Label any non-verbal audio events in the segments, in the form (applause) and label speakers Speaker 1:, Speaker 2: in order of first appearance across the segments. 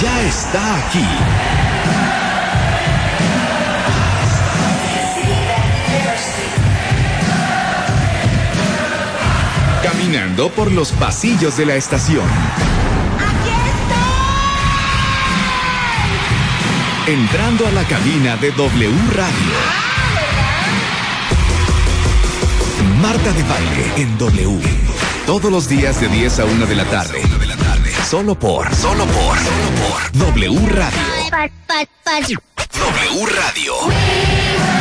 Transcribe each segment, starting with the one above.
Speaker 1: Ya está aquí. Caminando por los pasillos de la estación. Entrando a la cabina de W Radio. Marta de baile en W. Todos los días de 10 a 1 de la tarde. Solo por, solo por, solo por W Radio.
Speaker 2: Pat, pat, pat.
Speaker 1: W Radio.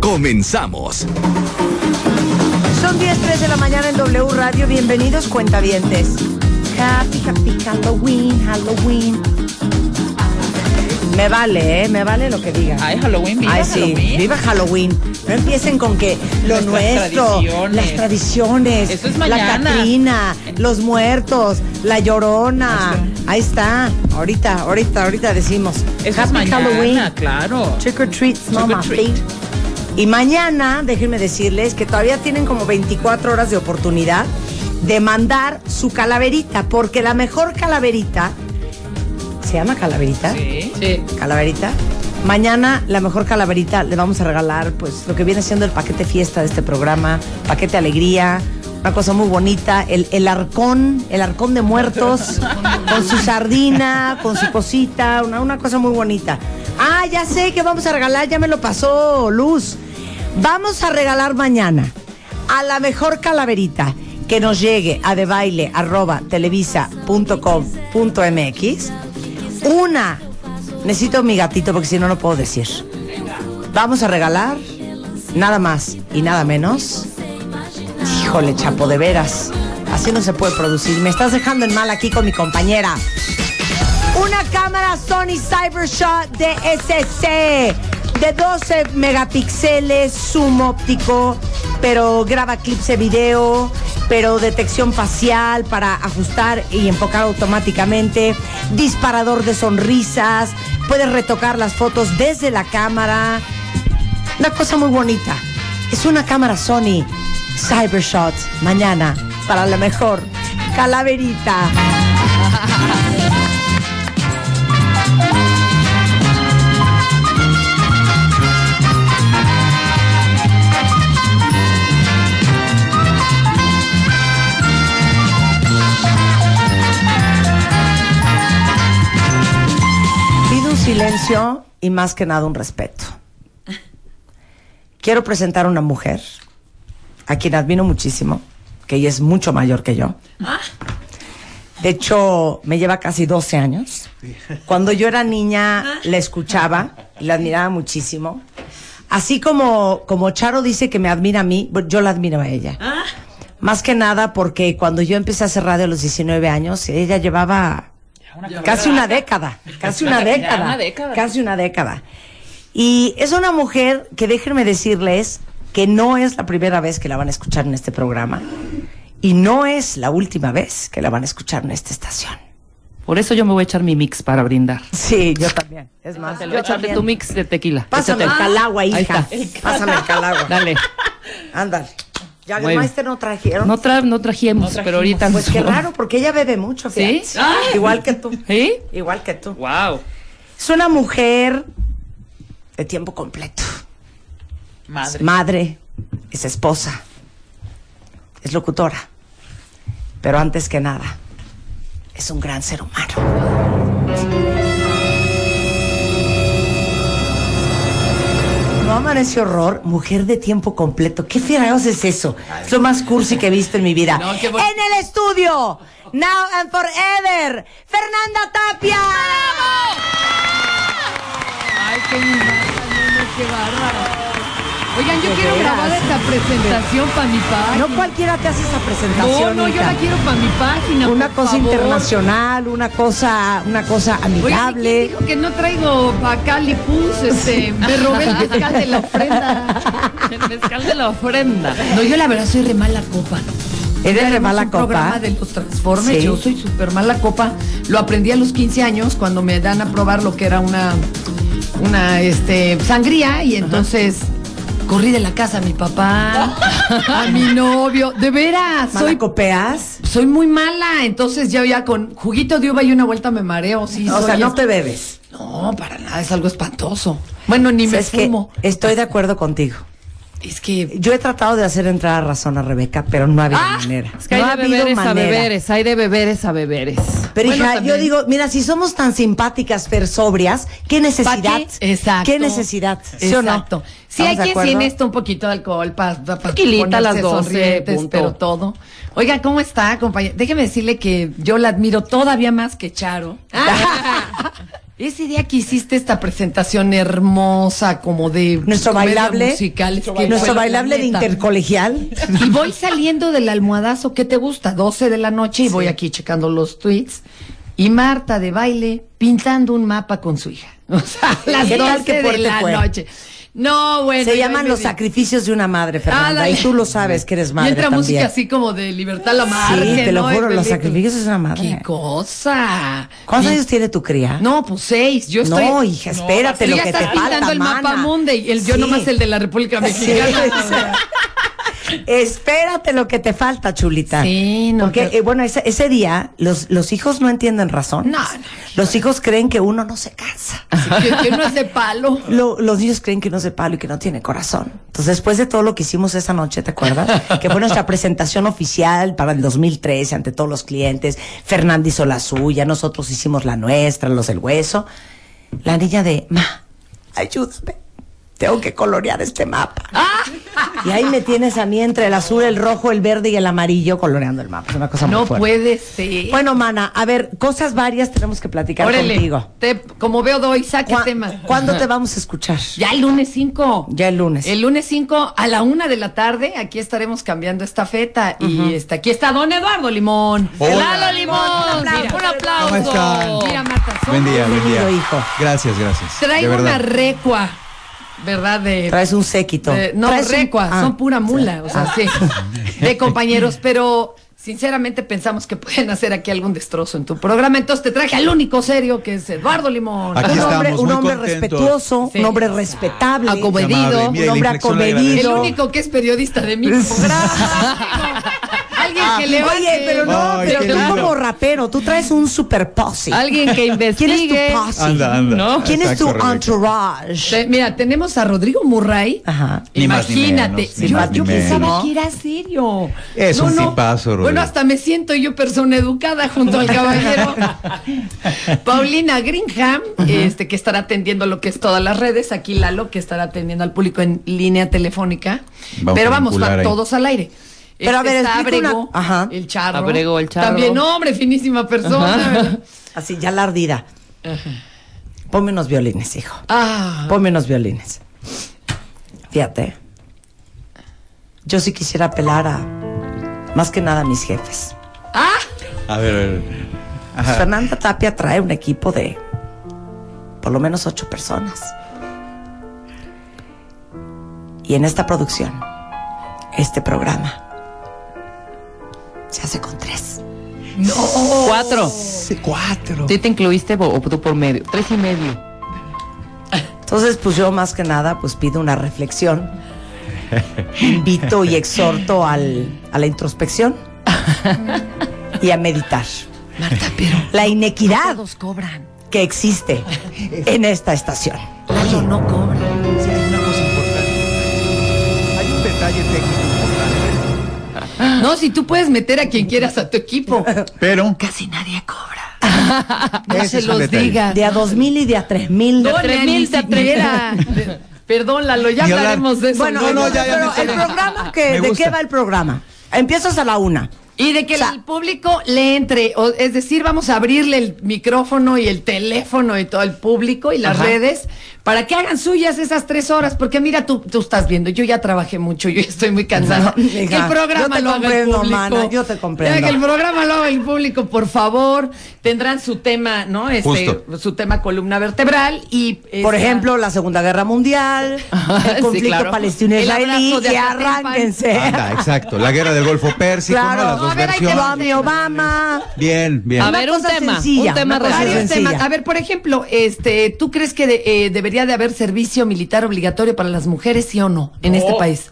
Speaker 1: Comenzamos.
Speaker 3: Son 10.03 de la mañana en W Radio. Bienvenidos, cuentavientes. Happy, happy Halloween, Halloween. Me vale, ¿eh? Me vale lo que digan.
Speaker 4: Ay, Halloween, viva
Speaker 3: Ay, sí,
Speaker 4: Halloween.
Speaker 3: viva Halloween. No empiecen con que lo
Speaker 4: Nuestras
Speaker 3: nuestro,
Speaker 4: tradiciones.
Speaker 3: las tradiciones,
Speaker 4: Eso es
Speaker 3: la
Speaker 4: mañana.
Speaker 3: Catrina, los muertos, la llorona.
Speaker 4: Eso.
Speaker 3: Ahí está. Ahorita, ahorita, ahorita decimos.
Speaker 4: Eso
Speaker 3: Happy
Speaker 4: es mañana,
Speaker 3: Halloween.
Speaker 4: claro.
Speaker 3: Trick or treats,
Speaker 4: Trick or
Speaker 3: mama,
Speaker 4: treat.
Speaker 3: please. Y mañana, déjenme decirles que todavía tienen como 24 horas de oportunidad de mandar su calaverita, porque la mejor calaverita se llama calaverita.
Speaker 4: Sí. sí.
Speaker 3: Calaverita. Mañana la mejor calaverita le vamos a regalar pues lo que viene siendo el paquete fiesta de este programa, paquete alegría, una cosa muy bonita, el, el arcón, el arcón de muertos, con su sardina, con su cosita, una, una cosa muy bonita. Ah, ya sé que vamos a regalar, ya me lo pasó Luz. Vamos a regalar mañana a la mejor calaverita que nos llegue a debaile.televisa.com.mx una. Necesito mi gatito porque si no, no puedo decir. Vamos a regalar nada más y nada menos. Híjole, chapo, de veras. Así no se puede producir. Me estás dejando en mal aquí con mi compañera. Una cámara Sony Cybershot DSC de 12 megapíxeles, zoom óptico, pero graba clips de video, pero detección facial para ajustar y enfocar automáticamente, disparador de sonrisas, puedes retocar las fotos desde la cámara. Una cosa muy bonita. Es una cámara Sony Cybershot mañana para la mejor calaverita. Pido un silencio y más que nada un respeto. Quiero presentar a una mujer a quien admiro muchísimo, que ella es mucho mayor que yo. De hecho, me lleva casi 12 años. Cuando yo era niña, la escuchaba, y la admiraba muchísimo. Así como, como Charo dice que me admira a mí, yo la admiro a ella. Más que nada porque cuando yo empecé a hacer radio a los 19 años, ella llevaba casi una década, casi una
Speaker 4: Ya
Speaker 3: década,
Speaker 4: una década.
Speaker 3: casi una década. Y es una mujer que déjenme decirles que no es la primera vez que la van a escuchar en este programa y no es la última vez que la van a escuchar en esta estación.
Speaker 5: Por eso yo me voy a echar mi mix para brindar.
Speaker 3: Sí, yo también. Es más,
Speaker 5: Te lo voy a
Speaker 3: yo
Speaker 5: echar de
Speaker 3: también.
Speaker 5: tu mix de tequila.
Speaker 3: Pásame el
Speaker 5: Échate.
Speaker 3: calagua,
Speaker 5: Ahí
Speaker 3: hija.
Speaker 5: está. El
Speaker 3: Pásame el calagua.
Speaker 5: Dale.
Speaker 3: Ándale. Ya
Speaker 5: Bueno.
Speaker 3: Maestro no trajeron.
Speaker 5: No, tra no trajimos, pero ahorita
Speaker 3: pues
Speaker 5: nos-
Speaker 3: qué raro, porque ella bebe mucho, fíjate.
Speaker 5: ¿Sí?
Speaker 3: Igual que tú.
Speaker 5: ¿Sí?
Speaker 3: Igual que tú.
Speaker 5: Wow.
Speaker 3: Es una mujer de tiempo completo. Es
Speaker 4: Madre.
Speaker 3: madre, es esposa, es locutora. Pero antes que nada, es un gran ser humano. No amaneció horror, mujer de tiempo completo. ¿Qué fieraos es eso? Es lo más cursi que he visto en mi vida.
Speaker 5: No, qué
Speaker 3: en
Speaker 5: bon-
Speaker 3: el estudio, now and forever, Fernanda Tapia.
Speaker 5: Ay, qué
Speaker 2: Oigan, yo
Speaker 3: ¿De
Speaker 2: quiero
Speaker 3: veras?
Speaker 2: grabar esta presentación para mi página.
Speaker 3: No cualquiera te hace esa
Speaker 2: No,
Speaker 3: presentación.
Speaker 2: no, yo
Speaker 3: hija.
Speaker 2: la quiero para mi página.
Speaker 3: Una
Speaker 2: por
Speaker 3: cosa
Speaker 2: favor.
Speaker 3: internacional, una cosa, una cosa
Speaker 2: Oigan, ¿y
Speaker 3: amigable.
Speaker 2: quién dijo que no traigo bacal y pus, este, me robé el mezcal de la (laughs) ofrenda.
Speaker 5: El mezcal de la ofrenda.
Speaker 2: No, yo la verdad soy re mala copa.
Speaker 3: Eres re
Speaker 2: Tenemos
Speaker 3: mala
Speaker 2: un
Speaker 3: copa.
Speaker 2: programa de los Transformers,
Speaker 3: Sí.
Speaker 2: yo soy súper mala copa. Lo aprendí a los 15 años cuando me dan a probar lo que era una, una este, sangría y entonces corrí de la casa a
Speaker 3: (laughs)
Speaker 2: mi papá, a mi novio. De veras, soy,
Speaker 3: ¿Malacopeas?
Speaker 2: soy muy mala. Entonces yo ya con juguito de uva y una vuelta me mareo. Sí,
Speaker 3: O
Speaker 2: soy
Speaker 3: sea, no
Speaker 2: este-
Speaker 3: te bebes.
Speaker 2: No, para nada, es algo espantoso. Bueno, ni me
Speaker 3: ¿Sabes qué?
Speaker 2: fumo.
Speaker 3: Estoy de acuerdo contigo.
Speaker 2: Es que...
Speaker 3: Yo he tratado de hacer entrar a razón a Rebeca, pero no ha habido
Speaker 2: Ah,
Speaker 3: manera.
Speaker 5: Es que hay
Speaker 3: no ha
Speaker 5: de
Speaker 3: habido
Speaker 5: beberes a
Speaker 3: manera.
Speaker 5: beberes, hay de beberes a beberes.
Speaker 3: Pero
Speaker 2: Bueno,
Speaker 3: hija,
Speaker 2: también.
Speaker 3: yo digo, mira, si somos tan simpáticas, pero sobrias, ¿qué necesidad?
Speaker 2: ¿Pa' qué? Exacto.
Speaker 3: ¿Qué necesidad? ¿Sí o no?
Speaker 2: Exacto. Sí, este hay
Speaker 3: ¿Estamos de
Speaker 2: quien
Speaker 3: acuerdo?
Speaker 2: tiene esto un poquito de alcohol para
Speaker 5: Tequilita a las 12, punto.
Speaker 2: pero todo. Oiga, ¿cómo está, compañera? Déjeme decirle que yo la admiro todavía más que Charo.
Speaker 3: Ah.
Speaker 2: (laughs) Ese día que hiciste esta presentación hermosa, como de
Speaker 3: Nuestro
Speaker 2: comedia
Speaker 3: bailable.
Speaker 2: musical, es que
Speaker 3: Nuestro
Speaker 2: fue la
Speaker 3: bailable de
Speaker 2: neta.
Speaker 3: intercolegial.
Speaker 2: Y voy saliendo del almohadazo, ¿qué te gusta? 12 de la noche y voy aquí checando los tweets. Y Marta de baile pintando un mapa con su hija. (laughs) O sea, a las
Speaker 3: ¿Qué tal
Speaker 2: 12
Speaker 3: que
Speaker 2: de
Speaker 3: fuerte
Speaker 2: la
Speaker 3: fue?
Speaker 2: noche. No, bueno.
Speaker 3: Se
Speaker 2: yo
Speaker 3: llaman
Speaker 2: me
Speaker 3: los
Speaker 2: di-
Speaker 3: sacrificios de una madre,
Speaker 2: Ah,
Speaker 3: Fernanda.
Speaker 2: dale.
Speaker 3: y tú lo sabes que eres madre.
Speaker 2: Y entra
Speaker 3: también.
Speaker 2: música así como de libertad la madre.
Speaker 3: Sí, te lo
Speaker 2: ¿no?
Speaker 3: juro,
Speaker 2: Y
Speaker 3: los
Speaker 2: película.
Speaker 3: sacrificios es una madre.
Speaker 2: ¡Qué cosa!
Speaker 3: ¿Cuántos
Speaker 2: Y-
Speaker 3: años tiene tu cría?
Speaker 2: No, pues seis. Yo estoy.
Speaker 3: No, hija, espérate,
Speaker 2: tú
Speaker 3: lo
Speaker 2: ya
Speaker 3: que
Speaker 2: estás
Speaker 3: te falta,
Speaker 2: pintando el
Speaker 3: mana.
Speaker 2: mapa mundo y el, yo
Speaker 3: Sí.
Speaker 2: nomás el de la República
Speaker 3: Sí,
Speaker 2: Mexicana. (laughs)
Speaker 3: o sea, Espérate lo que te falta, chulita.
Speaker 2: Sí, no,
Speaker 3: Porque,
Speaker 2: que-
Speaker 3: eh, bueno, ese, ese día los, los hijos no entienden razón.
Speaker 2: No, no.
Speaker 3: Los hijos creen que uno no se cansa.
Speaker 2: Así que- que uno es de palo.
Speaker 3: Lo- los niños creen que uno es de palo y que no tiene corazón. Entonces, después de todo lo que hicimos esa noche, ¿te
Speaker 2: (laughs)
Speaker 3: acuerdas? que fue nuestra presentación oficial para el 2013 ante todos los clientes. Fernández hizo la suya, nosotros hicimos la nuestra, los del hueso. La niña de, ma, ayúdame. Tengo que colorear este mapa.
Speaker 2: Ah.
Speaker 3: Y ahí me tienes a mí entre el azul, el rojo, el verde y el amarillo coloreando el mapa. Es una cosa
Speaker 2: No
Speaker 3: muy fuerte.
Speaker 2: puede ser.
Speaker 3: Bueno, mana, a ver, cosas varias tenemos que platicar
Speaker 2: Órale,
Speaker 3: contigo.
Speaker 2: te- como veo doy, saque
Speaker 3: ¿Cuá-
Speaker 2: tema.
Speaker 3: ¿Cuándo te vamos a escuchar?
Speaker 2: Ya el lunes 5.
Speaker 3: Ya el lunes.
Speaker 2: El lunes 5 a la una de la tarde, aquí estaremos cambiando esta feta. Y está, aquí está don Eduardo Limón.
Speaker 4: Hola.
Speaker 2: Lalo Limón, mira, un aplauso.
Speaker 4: ¿Cómo están?
Speaker 2: Mira, Marta, somos-
Speaker 4: Buen día, buen día.
Speaker 3: Bienvenido, hijo.
Speaker 4: Gracias, gracias.
Speaker 2: Traigo
Speaker 4: de
Speaker 2: una
Speaker 4: verdad.
Speaker 2: recua, ¿verdad? De,
Speaker 3: Traes un séquito.
Speaker 2: de- Eh, no,
Speaker 3: Traes un-
Speaker 2: recua,
Speaker 3: Ah.
Speaker 2: son pura mula, o sea, sí,
Speaker 3: (laughs)
Speaker 2: de compañeros, pero sinceramente pensamos que pueden hacer aquí algún destrozo en tu programa, entonces te traje al único serio que es Eduardo Limón.
Speaker 4: Aquí
Speaker 3: un hombre,
Speaker 4: estamos,
Speaker 3: un
Speaker 4: muy
Speaker 3: hombre
Speaker 4: contentos.
Speaker 3: respetuoso,
Speaker 2: Sí.
Speaker 3: un hombre respetable.
Speaker 2: Acomedido,
Speaker 4: Qué amable. Mira, y
Speaker 3: un
Speaker 4: la
Speaker 3: hombre
Speaker 4: inflexión la agradezco.
Speaker 2: El
Speaker 3: acomedido.
Speaker 2: único que es periodista de mi programa.
Speaker 3: (laughs)
Speaker 2: Alguien que le
Speaker 3: Ah. Oye, pero no,
Speaker 4: Ay,
Speaker 3: pero
Speaker 4: qué
Speaker 3: tú
Speaker 4: lindo.
Speaker 3: como rapero, tú traes un super posse.
Speaker 5: Alguien que
Speaker 3: ¿Quién es tu
Speaker 5: investigue.
Speaker 3: posse?
Speaker 4: Anda, anda.
Speaker 5: ¿No?
Speaker 3: ¿Quién es tu
Speaker 4: Exacto, Rebeca.
Speaker 3: entourage?
Speaker 2: Te- mira, tenemos a Rodrigo Murray.
Speaker 3: Ajá.
Speaker 4: Ni más ni
Speaker 2: Imagínate,
Speaker 4: menos, ni
Speaker 2: yo-
Speaker 3: más ni
Speaker 2: yo, pensaba
Speaker 3: menos.
Speaker 2: que era serio.
Speaker 4: Es un tipazo, Rodrigo.
Speaker 2: Bueno, hasta me siento yo persona educada junto
Speaker 4: (laughs)
Speaker 2: al caballero. Paulina Greenham, este, que estará atendiendo lo que es todas las redes. Aquí Lalo, que estará atendiendo al público en línea telefónica.
Speaker 4: Vamos a
Speaker 2: Pero vamos,
Speaker 4: vincular
Speaker 2: va-
Speaker 4: ahí.
Speaker 2: todos al aire. Este,
Speaker 3: Pero, a ver,
Speaker 2: está
Speaker 3: explica
Speaker 2: Abrego,
Speaker 3: una- Ajá.
Speaker 2: el charro.
Speaker 5: Abrego, el charro.
Speaker 2: También, hombre, finísima persona. ¿verdad?
Speaker 3: Así, ya la ardida. Ponme unos violines, hijo.
Speaker 2: Ah,
Speaker 3: Ponme unos violines. Fíjate. Yo sí quisiera apelar a más que nada a mis jefes.
Speaker 2: ah,
Speaker 4: A ver, a ver.
Speaker 3: Pues Fernanda Tapia trae un equipo de por lo menos ocho personas. Y en esta producción, este programa, se hace con tres.
Speaker 5: Cuatro.
Speaker 4: Cuatro.
Speaker 5: ¿Tú te incluiste o tú por medio? Tres y medio.
Speaker 3: Entonces, pues yo más que nada, pues pido
Speaker 4: (laughs)
Speaker 3: una reflexión. Invito y exhorto al- a la introspección y a meditar.
Speaker 2: Marta, pero
Speaker 3: La inequidad
Speaker 2: todos cobran.
Speaker 3: que existe en esta estación.
Speaker 2: Lalo no cobra.
Speaker 4: Sí, hay una cosa importante. Hay un detalle técnico importante.
Speaker 2: No, si tú puedes meter a quien quieras a
Speaker 3: (laughs)
Speaker 2: tu equipo.
Speaker 4: Pero
Speaker 2: Casi nadie cobra. No
Speaker 4: Ese
Speaker 2: se
Speaker 4: es un
Speaker 2: los
Speaker 4: detalle.
Speaker 2: digas.
Speaker 3: De a dos mil y de a tres mil.
Speaker 2: No,
Speaker 5: tres
Speaker 2: ni
Speaker 5: mil te
Speaker 2: siquiera. Perdón, Lalo, ya
Speaker 4: Ni hablar.
Speaker 2: hablaremos de eso.
Speaker 3: Bueno,
Speaker 4: No, no,
Speaker 3: el-
Speaker 4: ya, ya
Speaker 3: pero
Speaker 4: me
Speaker 3: el
Speaker 4: sale.
Speaker 3: programa, que,
Speaker 4: Me
Speaker 3: ¿de
Speaker 4: gusta.
Speaker 3: qué va el programa? Empiezas a la una.
Speaker 2: Y de que
Speaker 3: O sea-
Speaker 2: el público le entre, o- es decir, vamos a abrirle el micrófono y el teléfono y todo el público y las
Speaker 3: Ajá.
Speaker 2: redes para que hagan suyas esas tres horas, porque mira, tú, tú estás viendo, yo ya trabajé mucho, yo ya estoy muy
Speaker 3: No,
Speaker 2: cansada. que
Speaker 3: hija,
Speaker 2: el programa
Speaker 3: yo te
Speaker 2: lo haga el
Speaker 3: comprendo,
Speaker 2: público.
Speaker 3: mana, yo te comprendo.
Speaker 2: Ya, Que el programa lo haga el público, por favor. Tendrán su tema, ¿no? Este,
Speaker 6: Justo.
Speaker 2: su tema columna vertebral y
Speaker 3: Por
Speaker 2: esta-
Speaker 3: ejemplo, la Segunda Guerra Mundial, el
Speaker 5: Sí,
Speaker 3: conflicto
Speaker 5: claro.
Speaker 3: palestino-israelí,
Speaker 2: El abrazo de
Speaker 3: que
Speaker 2: Azatempan.
Speaker 3: arránquense.
Speaker 7: Anda, exacto. La guerra del Golfo Pérsico,
Speaker 3: Claro.
Speaker 7: ¿no? Las
Speaker 3: No,
Speaker 7: dos
Speaker 2: a ver, ahí te
Speaker 7: versiones.
Speaker 2: va.
Speaker 3: Obama, Obama.
Speaker 7: Bien, bien.
Speaker 5: A
Speaker 3: Una
Speaker 5: ver, un
Speaker 3: cosa
Speaker 5: tema,
Speaker 3: sencilla,
Speaker 5: un tema
Speaker 3: una cosa
Speaker 5: real.
Speaker 2: Varios
Speaker 3: sencilla.
Speaker 2: temas. A ver, por ejemplo, este, ¿tú crees que de- eh, debería de haber servicio militar obligatorio para las mujeres, sí o no, en este país?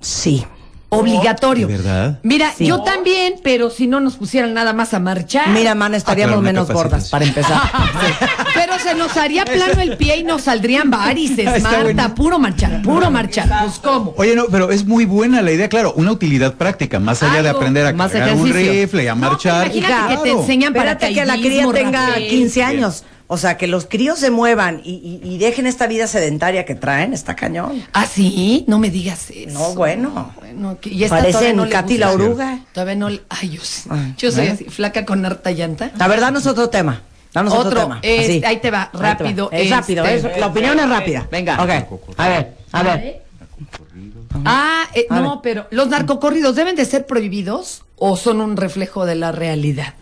Speaker 3: Sí.
Speaker 2: Obligatorio.
Speaker 7: ¿De verdad?
Speaker 2: Mira,
Speaker 3: Sí.
Speaker 2: yo también, pero si no nos pusieran nada más a marchar.
Speaker 3: Mira, mana, estaríamos
Speaker 7: Ah, claro, una
Speaker 3: menos gordas,
Speaker 7: capacitación.
Speaker 3: para empezar.
Speaker 2: Pero se nos
Speaker 3: (laughs)
Speaker 2: haría plano el pie y nos saldrían varices,
Speaker 7: Está
Speaker 2: Marta.
Speaker 7: buenísimo.
Speaker 2: Puro marchar, puro marchar. Pues cómo.
Speaker 7: Oye, no, pero es muy buena la idea, claro, una utilidad práctica, más allá de
Speaker 2: Algo,
Speaker 7: aprender a
Speaker 5: más
Speaker 7: cargar un
Speaker 5: ejercicio.
Speaker 7: rifle y a
Speaker 2: No,
Speaker 7: marchar.
Speaker 2: imagínate
Speaker 3: hija,
Speaker 2: que te (laughs)
Speaker 7: claro.
Speaker 2: enseñan para
Speaker 3: Espérate que la cría tenga 15 años. O sea, que los críos se muevan y, y- y dejen esta vida sedentaria que traen, está cañón.
Speaker 2: ¿Ah, sí? No me digas eso.
Speaker 3: No, bueno.
Speaker 2: Bueno, que- y esta todavía
Speaker 3: Parecen
Speaker 2: no le
Speaker 3: Katy
Speaker 2: gusta.
Speaker 3: la oruga.
Speaker 2: Todavía no. le- Ay, yo, sí.
Speaker 3: Ay,
Speaker 2: yo soy
Speaker 3: ¿eh?
Speaker 2: así, flaca con harta llanta.
Speaker 3: La verdad, no es otro tema. Danos otro,
Speaker 2: Otro,
Speaker 3: tema.
Speaker 2: es-
Speaker 3: así.
Speaker 2: ahí te va, rápido,
Speaker 3: Es rápido,
Speaker 2: este-
Speaker 3: es- la opinión es rápida.
Speaker 5: Venga.
Speaker 3: Ok, a ver, a ver.
Speaker 2: Ah, eh,
Speaker 3: A
Speaker 2: no, pero los narcocorridos deben de ser prohibidos o son un reflejo de la realidad.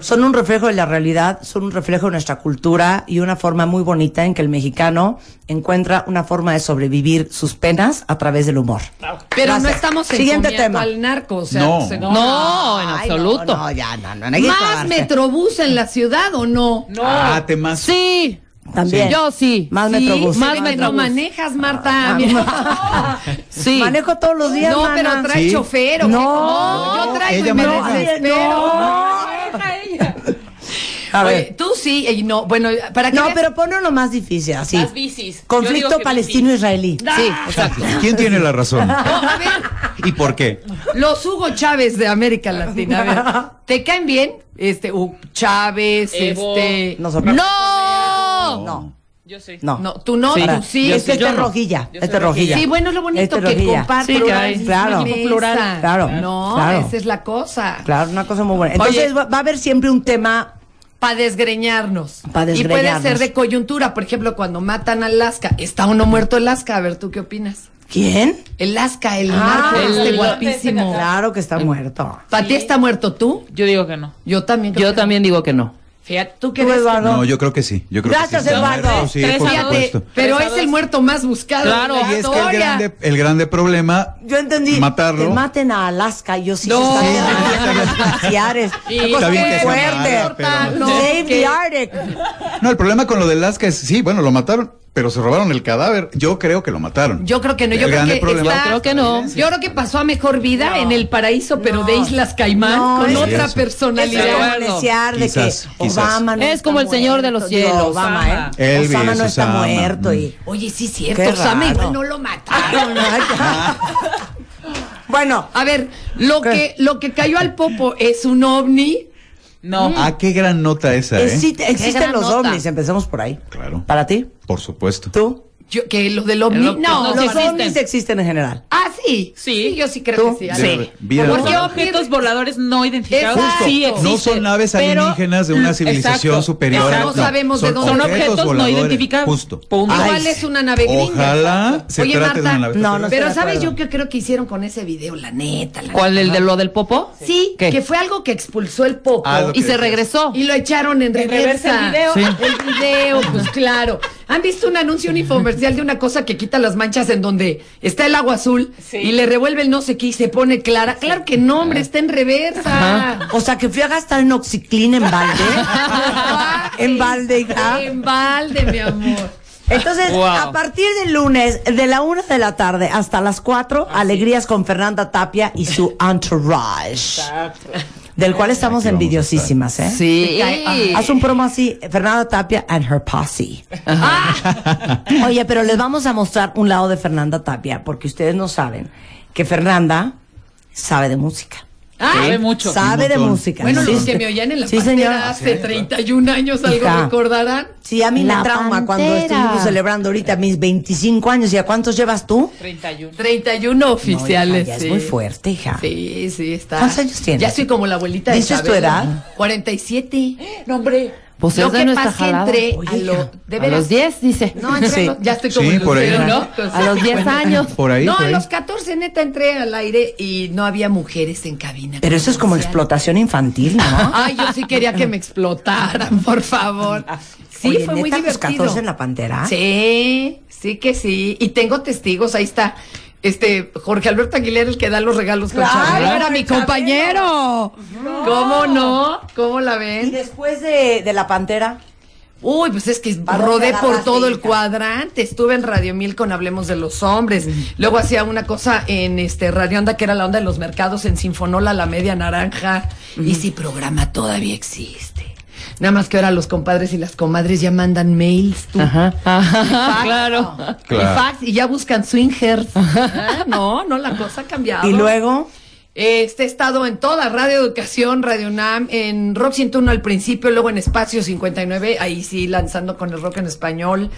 Speaker 3: Son un reflejo de la realidad, son un reflejo de nuestra cultura y una forma muy bonita en que el mexicano encuentra una forma de sobrevivir sus penas a través del humor.
Speaker 2: Pero no
Speaker 3: Gracias.
Speaker 2: estamos
Speaker 3: Siguiente
Speaker 2: encomiando
Speaker 3: tema.
Speaker 2: al narco, o sea,
Speaker 7: No.
Speaker 2: se-
Speaker 5: No, en
Speaker 3: Ay,
Speaker 5: absoluto.
Speaker 3: No, no, ya, no, no, no hay que
Speaker 2: Más
Speaker 3: clavarse.
Speaker 2: metrobús en la ciudad o no? No.
Speaker 7: Ah, temas.
Speaker 5: Sí.
Speaker 3: También.
Speaker 5: Yo sí.
Speaker 3: Más
Speaker 5: Sí,
Speaker 3: metrobús.
Speaker 5: Más
Speaker 2: no
Speaker 5: metrobús.
Speaker 2: manejas, Marta. Mira. (laughs)
Speaker 5: Sí.
Speaker 3: Manejo todos los días,
Speaker 2: no,
Speaker 3: mana.
Speaker 2: pero trae
Speaker 7: Sí.
Speaker 2: chofer. ¿o qué?
Speaker 3: No.
Speaker 2: No, yo traigo
Speaker 7: Ella
Speaker 2: y me
Speaker 7: maneja.
Speaker 2: desespero.
Speaker 3: No. A
Speaker 2: Oye,
Speaker 3: ver.
Speaker 2: tú sí, y no, bueno, para que
Speaker 3: No,
Speaker 2: veas-
Speaker 3: pero ponlo lo más difícil, así.
Speaker 8: Las bicis. Yo digo
Speaker 3: Conflicto
Speaker 8: que
Speaker 3: palestino-israelí.
Speaker 5: Sí, exacto.
Speaker 7: ¿Quién tiene la razón?
Speaker 2: No, a ver,
Speaker 7: ¿Y por qué?
Speaker 2: los Hugo Chávez de América Latina, a ver, ¿te caen bien? Este, Hugo Chávez,
Speaker 8: Evo.
Speaker 2: este...
Speaker 3: No,
Speaker 2: ¡No!
Speaker 3: no,
Speaker 8: Yo soy.
Speaker 3: no.
Speaker 2: No, tú no,
Speaker 5: Sí.
Speaker 2: tú
Speaker 3: Para-
Speaker 2: sí.
Speaker 3: es que
Speaker 5: yo
Speaker 3: este es
Speaker 5: no.
Speaker 3: rojilla,
Speaker 8: Yo
Speaker 3: este
Speaker 8: soy
Speaker 3: es rojilla.
Speaker 2: Sí, bueno, es lo bonito
Speaker 3: Este es
Speaker 2: que
Speaker 3: rojilla.
Speaker 2: compartan.
Speaker 5: Sí, que hay.
Speaker 3: Claro.
Speaker 2: plural.
Speaker 3: Claro.
Speaker 2: No,
Speaker 3: Claro.
Speaker 2: esa es la cosa.
Speaker 3: Claro, una cosa muy buena. Entonces
Speaker 2: Oye.
Speaker 3: va va a haber siempre un tema
Speaker 2: Para desgreñarnos.
Speaker 3: Pa'
Speaker 2: Y puede
Speaker 3: desgreñarnos.
Speaker 2: ser de coyuntura. Por ejemplo, cuando matan a Alaska. Está uno muerto en Alaska. A ver, ¿tú qué opinas?
Speaker 3: ¿Quién?
Speaker 2: El Alaska, el
Speaker 3: Ah,
Speaker 2: narco
Speaker 8: el-
Speaker 2: este
Speaker 8: el-
Speaker 2: guapísimo.
Speaker 3: Claro que
Speaker 7: Em,
Speaker 3: está muerto.
Speaker 2: ¿Para ti está muerto tú?
Speaker 8: Yo digo que no.
Speaker 2: Yo también.
Speaker 5: Yo también digo que no.
Speaker 2: Fíjate, ¿tú qué
Speaker 3: Tú,
Speaker 2: eres?
Speaker 3: Eduardo.
Speaker 7: No, yo creo que sí. Yo creo
Speaker 3: Gracias,
Speaker 7: que sí.
Speaker 3: Eduardo.
Speaker 7: Claro, Sí,
Speaker 8: Tres
Speaker 7: por
Speaker 8: a dos.
Speaker 2: Fíjate,
Speaker 7: supuesto.
Speaker 2: pero
Speaker 8: Tres a
Speaker 2: es el
Speaker 8: dos.
Speaker 2: muerto más buscado
Speaker 5: Claro.
Speaker 2: de la
Speaker 7: Y es que el
Speaker 2: historia.
Speaker 7: grande, el grande problema,
Speaker 3: Yo entendí.
Speaker 7: matarlo.
Speaker 3: Que maten a Alaska, yo sí.
Speaker 2: No.
Speaker 3: está
Speaker 2: Sí,
Speaker 3: bien. Sí, Ares.
Speaker 8: Y-
Speaker 3: Cosa
Speaker 7: Está bien
Speaker 3: muy
Speaker 7: que se
Speaker 3: fuerte.
Speaker 7: amara, pero-
Speaker 2: No,
Speaker 3: Save
Speaker 2: que-
Speaker 3: the Arctic.
Speaker 7: No, el problema con lo de Alaska es, sí, bueno, lo mataron, pero se robaron el cadáver. Yo creo que lo mataron.
Speaker 2: Yo creo que no,
Speaker 7: El
Speaker 2: yo creo
Speaker 7: grande
Speaker 2: que
Speaker 7: problema-
Speaker 2: está-
Speaker 5: Yo creo que no.
Speaker 2: Yo creo que pasó a mejor vida en el paraíso, pero de Islas Caimán,
Speaker 3: No,
Speaker 2: con
Speaker 3: es-
Speaker 2: otra
Speaker 7: Eso.
Speaker 3: Es
Speaker 2: personalidad.
Speaker 5: Eso.
Speaker 3: como desear de
Speaker 7: Quizás,
Speaker 3: que
Speaker 7: quizás.
Speaker 3: Obama no
Speaker 5: Es
Speaker 3: está
Speaker 5: como el señor de los
Speaker 3: muerto. Digo,
Speaker 5: cielos,
Speaker 3: Obama,
Speaker 5: Obama.
Speaker 3: ¿eh?
Speaker 7: Elvis,
Speaker 3: Obama no está
Speaker 7: Osama.
Speaker 3: muerto. Y...
Speaker 2: Oye, sí, cierto.
Speaker 3: Qué
Speaker 2: Osama
Speaker 3: raro.
Speaker 2: igual Ah, no lo mataron.
Speaker 3: Bueno,
Speaker 2: A ver, lo
Speaker 3: ¿Qué?
Speaker 2: que, lo que cayó al popo es un ovni.
Speaker 5: Mm.
Speaker 8: No.
Speaker 7: Ah, qué gran nota esa, ¿eh?
Speaker 3: exi- existen
Speaker 5: gran
Speaker 3: los
Speaker 5: nota.
Speaker 3: ovnis, empecemos por ahí.
Speaker 7: Claro.
Speaker 3: ¿Para ti?
Speaker 7: Por supuesto.
Speaker 3: ¿Tú?
Speaker 2: Yo, que lo del ovni.
Speaker 5: Lo-
Speaker 2: no,
Speaker 5: no,
Speaker 3: los
Speaker 2: los-
Speaker 5: existen.
Speaker 3: ovnis existen en general.
Speaker 2: Ah, sí.
Speaker 8: Sí.
Speaker 2: Yo sí creo
Speaker 3: ¿Tú?
Speaker 2: que sí. A
Speaker 7: De
Speaker 2: ver.
Speaker 7: re- vida
Speaker 2: ¿Por
Speaker 7: de
Speaker 2: qué
Speaker 7: verdad.
Speaker 8: Objetos voladores no identificados
Speaker 2: Exacto.
Speaker 8: sí
Speaker 2: No
Speaker 8: existen.
Speaker 7: No son naves
Speaker 8: pero-
Speaker 7: alienígenas de una civilización
Speaker 8: Exacto.
Speaker 7: superior.
Speaker 8: Exacto.
Speaker 2: mm, No sabemos de dónde
Speaker 8: Son
Speaker 2: Objetos
Speaker 8: objetos no
Speaker 7: voladores.
Speaker 8: identificados.
Speaker 7: Justo.
Speaker 8: Punto.
Speaker 3: Ay,
Speaker 2: Igual es una nave gringa.
Speaker 7: Ojalá se
Speaker 2: Oye,
Speaker 7: trate de
Speaker 2: Marta,
Speaker 3: no,
Speaker 7: una nave
Speaker 3: no
Speaker 7: extraterrestre.
Speaker 2: Pero
Speaker 3: estoy de
Speaker 2: ¿sabes
Speaker 3: acuerdo.
Speaker 2: yo qué creo que hicieron con ese video? La neta. La
Speaker 5: ¿Cuál?
Speaker 2: neta.
Speaker 5: ¿El de lo del popo?
Speaker 2: Sí,
Speaker 5: ¿Qué?
Speaker 2: que fue algo que expulsó el popo.
Speaker 7: Ah, lo
Speaker 5: Y
Speaker 7: que
Speaker 5: se
Speaker 7: decías.
Speaker 5: regresó.
Speaker 2: Y lo echaron en
Speaker 8: En
Speaker 2: reversa.
Speaker 8: reversa el video.
Speaker 2: El video, pues claro. ¿Han visto un anuncio unicomercial de una cosa que quita las manchas en donde está el agua azul
Speaker 8: Sí.
Speaker 2: y le revuelve el no sé qué y se pone clara? Claro que no,
Speaker 3: Ah.
Speaker 2: hombre, está en reversa.
Speaker 3: O sea, que fui a gastar en Oxiclin en
Speaker 2: (laughs)
Speaker 3: balde. en balde, ¿ah? hija.
Speaker 2: En balde, mi amor.
Speaker 3: Entonces,
Speaker 5: Wow.
Speaker 3: a partir del lunes, de la una de la tarde hasta las cuatro,
Speaker 2: Ah,
Speaker 3: alegrías con Fernanda Tapia y su entourage. Del cual estamos
Speaker 7: Aquí vamos a
Speaker 3: envidiosísimas, ¿eh?
Speaker 5: Sí.
Speaker 3: Haz un promo así, Fernanda Tapia and her posse.
Speaker 2: Ah,
Speaker 3: Oye, pero les vamos a mostrar un lado de Fernanda Tapia, porque ustedes no saben que Fernanda sabe de música.
Speaker 5: Ah,
Speaker 8: Sabe Ah, mucho.
Speaker 3: Sabe
Speaker 7: Un
Speaker 3: de
Speaker 7: montón.
Speaker 3: música.
Speaker 2: Bueno,
Speaker 3: Sí.
Speaker 2: los que me oían en la
Speaker 3: Sí,
Speaker 2: pantera
Speaker 3: señora.
Speaker 2: hace 31 años, algo
Speaker 3: Hija.
Speaker 2: recordarán.
Speaker 3: Sí, a mí me
Speaker 2: La
Speaker 3: trauma cuando
Speaker 2: Pantera.
Speaker 3: estuvimos celebrando ahorita mis 25 años. ¿Y a cuántos llevas tú?
Speaker 8: 31.
Speaker 2: 31 oficiales.
Speaker 3: No, hija, ya
Speaker 2: sí.
Speaker 3: Es muy fuerte, hija.
Speaker 2: Sí, sí, está.
Speaker 3: Ah. ¿Cuántos años tienes?
Speaker 2: Ya soy como la abuelita de
Speaker 3: ¿Dices tu
Speaker 2: Chabelo.
Speaker 3: edad?
Speaker 2: 47.
Speaker 8: No, hombre.
Speaker 5: Pues
Speaker 2: Lo
Speaker 5: es de
Speaker 2: que
Speaker 5: nuestra
Speaker 2: pasa es que
Speaker 5: jalada.
Speaker 2: entré a
Speaker 3: Oye,
Speaker 2: lo- de
Speaker 5: a
Speaker 2: veras.
Speaker 5: los 10, dice.
Speaker 2: No, entré a
Speaker 3: Sí.
Speaker 2: los- ya estoy como
Speaker 7: Sí,
Speaker 2: el
Speaker 7: por ahí.
Speaker 2: lucero, ¿no?
Speaker 5: A los 10 años.
Speaker 7: Por ahí,
Speaker 2: no,
Speaker 7: por
Speaker 2: a
Speaker 7: ahí.
Speaker 2: los 14 neta entré al aire y no había mujeres en cabina.
Speaker 3: Pero eso es como
Speaker 2: comercial.
Speaker 3: explotación infantil, ¿no?
Speaker 2: Ay, yo sí quería que me explotaran, por favor. (laughs) Sí,
Speaker 3: Oye,
Speaker 2: fue muy
Speaker 3: ¿neta pues, a los
Speaker 2: divertido.
Speaker 3: 14 en la
Speaker 2: Ah.
Speaker 3: Pantera?
Speaker 2: Sí, sí que sí. Y tengo testigos, ahí está. Este, Jorge Alberto Aguilera, el que da los regalos con
Speaker 3: Claro,
Speaker 2: Chabelo, era
Speaker 3: con
Speaker 2: mi
Speaker 3: Chabelo.
Speaker 2: compañero. ¿Cómo no? ¿Cómo la
Speaker 3: Y
Speaker 2: ven?
Speaker 3: después de, de la Pantera,
Speaker 2: Uy, pues es que
Speaker 3: ¿Para dónde
Speaker 2: rodé por
Speaker 3: agarraste,
Speaker 2: todo el
Speaker 3: hija?
Speaker 2: cuadrante. Estuve en Radio Mil con Hablemos de los Hombres. Luego hacía una cosa en este Radio Onda, que era la onda de los mercados en Sinfonola, la media naranja. Y si programa todavía existe. Nada más que ahora los compadres y las comadres ya mandan mails. tú.
Speaker 5: Ajá.
Speaker 8: (laughs)
Speaker 5: Ajá,
Speaker 2: Fax.
Speaker 5: claro.
Speaker 7: Claro.
Speaker 2: Y fax, y ya buscan swingers. (laughs) Ah, No, no, la cosa ha cambiado.
Speaker 3: y luego,
Speaker 2: Este he estado en toda Radio Educación, Radio UNAM, en Rock 101 al principio, luego en Espacio 59, ahí sí lanzando con el rock en español.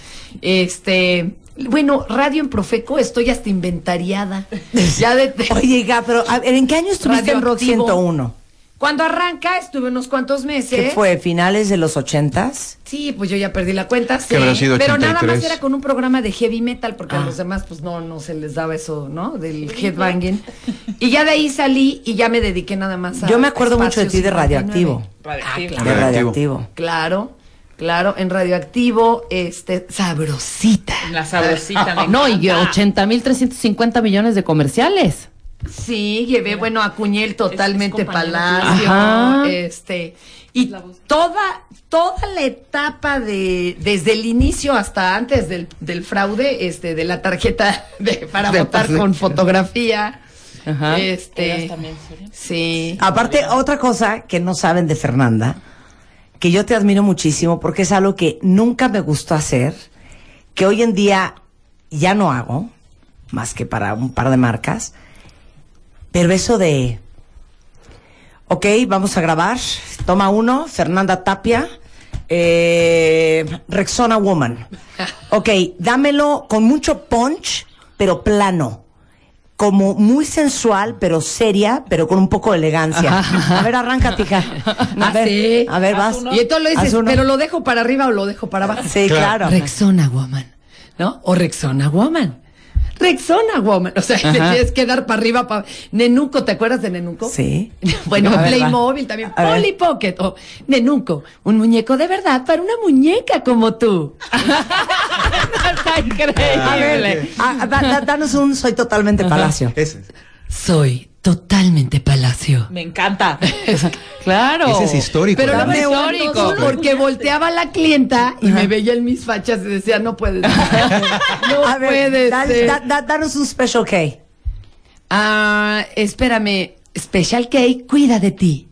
Speaker 2: Este, bueno, Radio en Profeco, estoy hasta (laughs) inventariada. ya de, de-
Speaker 3: oye, hija, pero a ver, ¿en qué año estuviste en Rock
Speaker 2: Radioactivo.
Speaker 3: 101?
Speaker 2: Cuando arranca, estuve unos cuantos meses.
Speaker 3: ¿Qué fue? ¿Finales de los ochentas?
Speaker 2: Sí, pues yo ya perdí la cuenta. sí.
Speaker 7: habrá sido
Speaker 2: Pero nada más
Speaker 7: 83?
Speaker 2: era con un programa de heavy metal, porque a
Speaker 7: Ah.
Speaker 2: los demás, pues no, no se les daba eso, ¿no? Del headbanging. Y ya de ahí salí y ya me dediqué nada más a.
Speaker 3: Yo me acuerdo mucho de ti de
Speaker 2: Espacio 59.
Speaker 3: Radioactivo. Ah,
Speaker 8: Radioactivo.
Speaker 3: De
Speaker 7: Radioactivo.
Speaker 3: Radioactivo.
Speaker 2: Claro, claro, en radioactivo, este, sabrosita.
Speaker 8: La sabrosita. me
Speaker 5: No, y
Speaker 8: encanta.
Speaker 5: 80 mil 350 millones de comerciales.
Speaker 2: Sí, llevé, bueno, a Cuñel totalmente
Speaker 8: es compañero
Speaker 2: Palacio,
Speaker 5: Ajá.
Speaker 2: este, y toda, toda la etapa de, desde el inicio hasta antes del, del fraude, este, de la tarjeta (laughs) de, para
Speaker 7: De
Speaker 2: votar
Speaker 7: pase.
Speaker 2: con fotografía,
Speaker 5: Ajá.
Speaker 2: este, sí.
Speaker 3: Aparte, otra cosa que no saben de Fernanda, que yo te admiro muchísimo porque es algo que nunca me gustó hacer, que hoy en día ya no hago, más que para un par de marcas, pero eso de, ok, vamos a grabar, toma uno, Fernanda Tapia, eh, Rexona Woman. Ok, dámelo con mucho punch, pero plano como muy sensual, pero seria, pero con un poco de elegancia. A ver, arráncate, hija. A
Speaker 2: Ah,
Speaker 3: ver,
Speaker 2: sí. Ah,
Speaker 3: a ver, vas.
Speaker 2: Y entonces lo
Speaker 3: Haz
Speaker 2: dices,
Speaker 3: uno.
Speaker 2: pero lo dejo para arriba o lo dejo para abajo.
Speaker 3: Sí, claro.
Speaker 2: Rexona Woman, ¿no? O Rexona Woman. Rexona Woman. O sea, te (laughs) tienes que dar para arriba. Pa... Nenuco, ¿te acuerdas de Nenuco?
Speaker 3: Sí.
Speaker 2: (laughs) Bueno,
Speaker 3: A ver, va.
Speaker 2: Playmobil también.
Speaker 3: A ver.
Speaker 2: Polly Pocket. O Nenuco, un muñeco de verdad para una muñeca como tú.
Speaker 5: Está Ah.
Speaker 3: A ver,
Speaker 5: increíble.
Speaker 3: a- a- da- da- danos un soy totalmente palacio.
Speaker 7: Ese.
Speaker 2: Soy totalmente palacio.
Speaker 8: Me encanta.
Speaker 5: (laughs) Claro.
Speaker 7: Ese es histórico.
Speaker 2: Pero
Speaker 7: ¿no?
Speaker 2: no me
Speaker 5: Dame
Speaker 2: son
Speaker 5: histórico.
Speaker 2: dos, porque volteaba la clienta y me veía en mis fachas y decía, no
Speaker 3: (laughs)
Speaker 2: puedes. (laughs) No
Speaker 3: a ver,
Speaker 2: puedes.
Speaker 3: da- da- da- danos un special K.
Speaker 2: Ah, espérame. Special K, cuida de ti.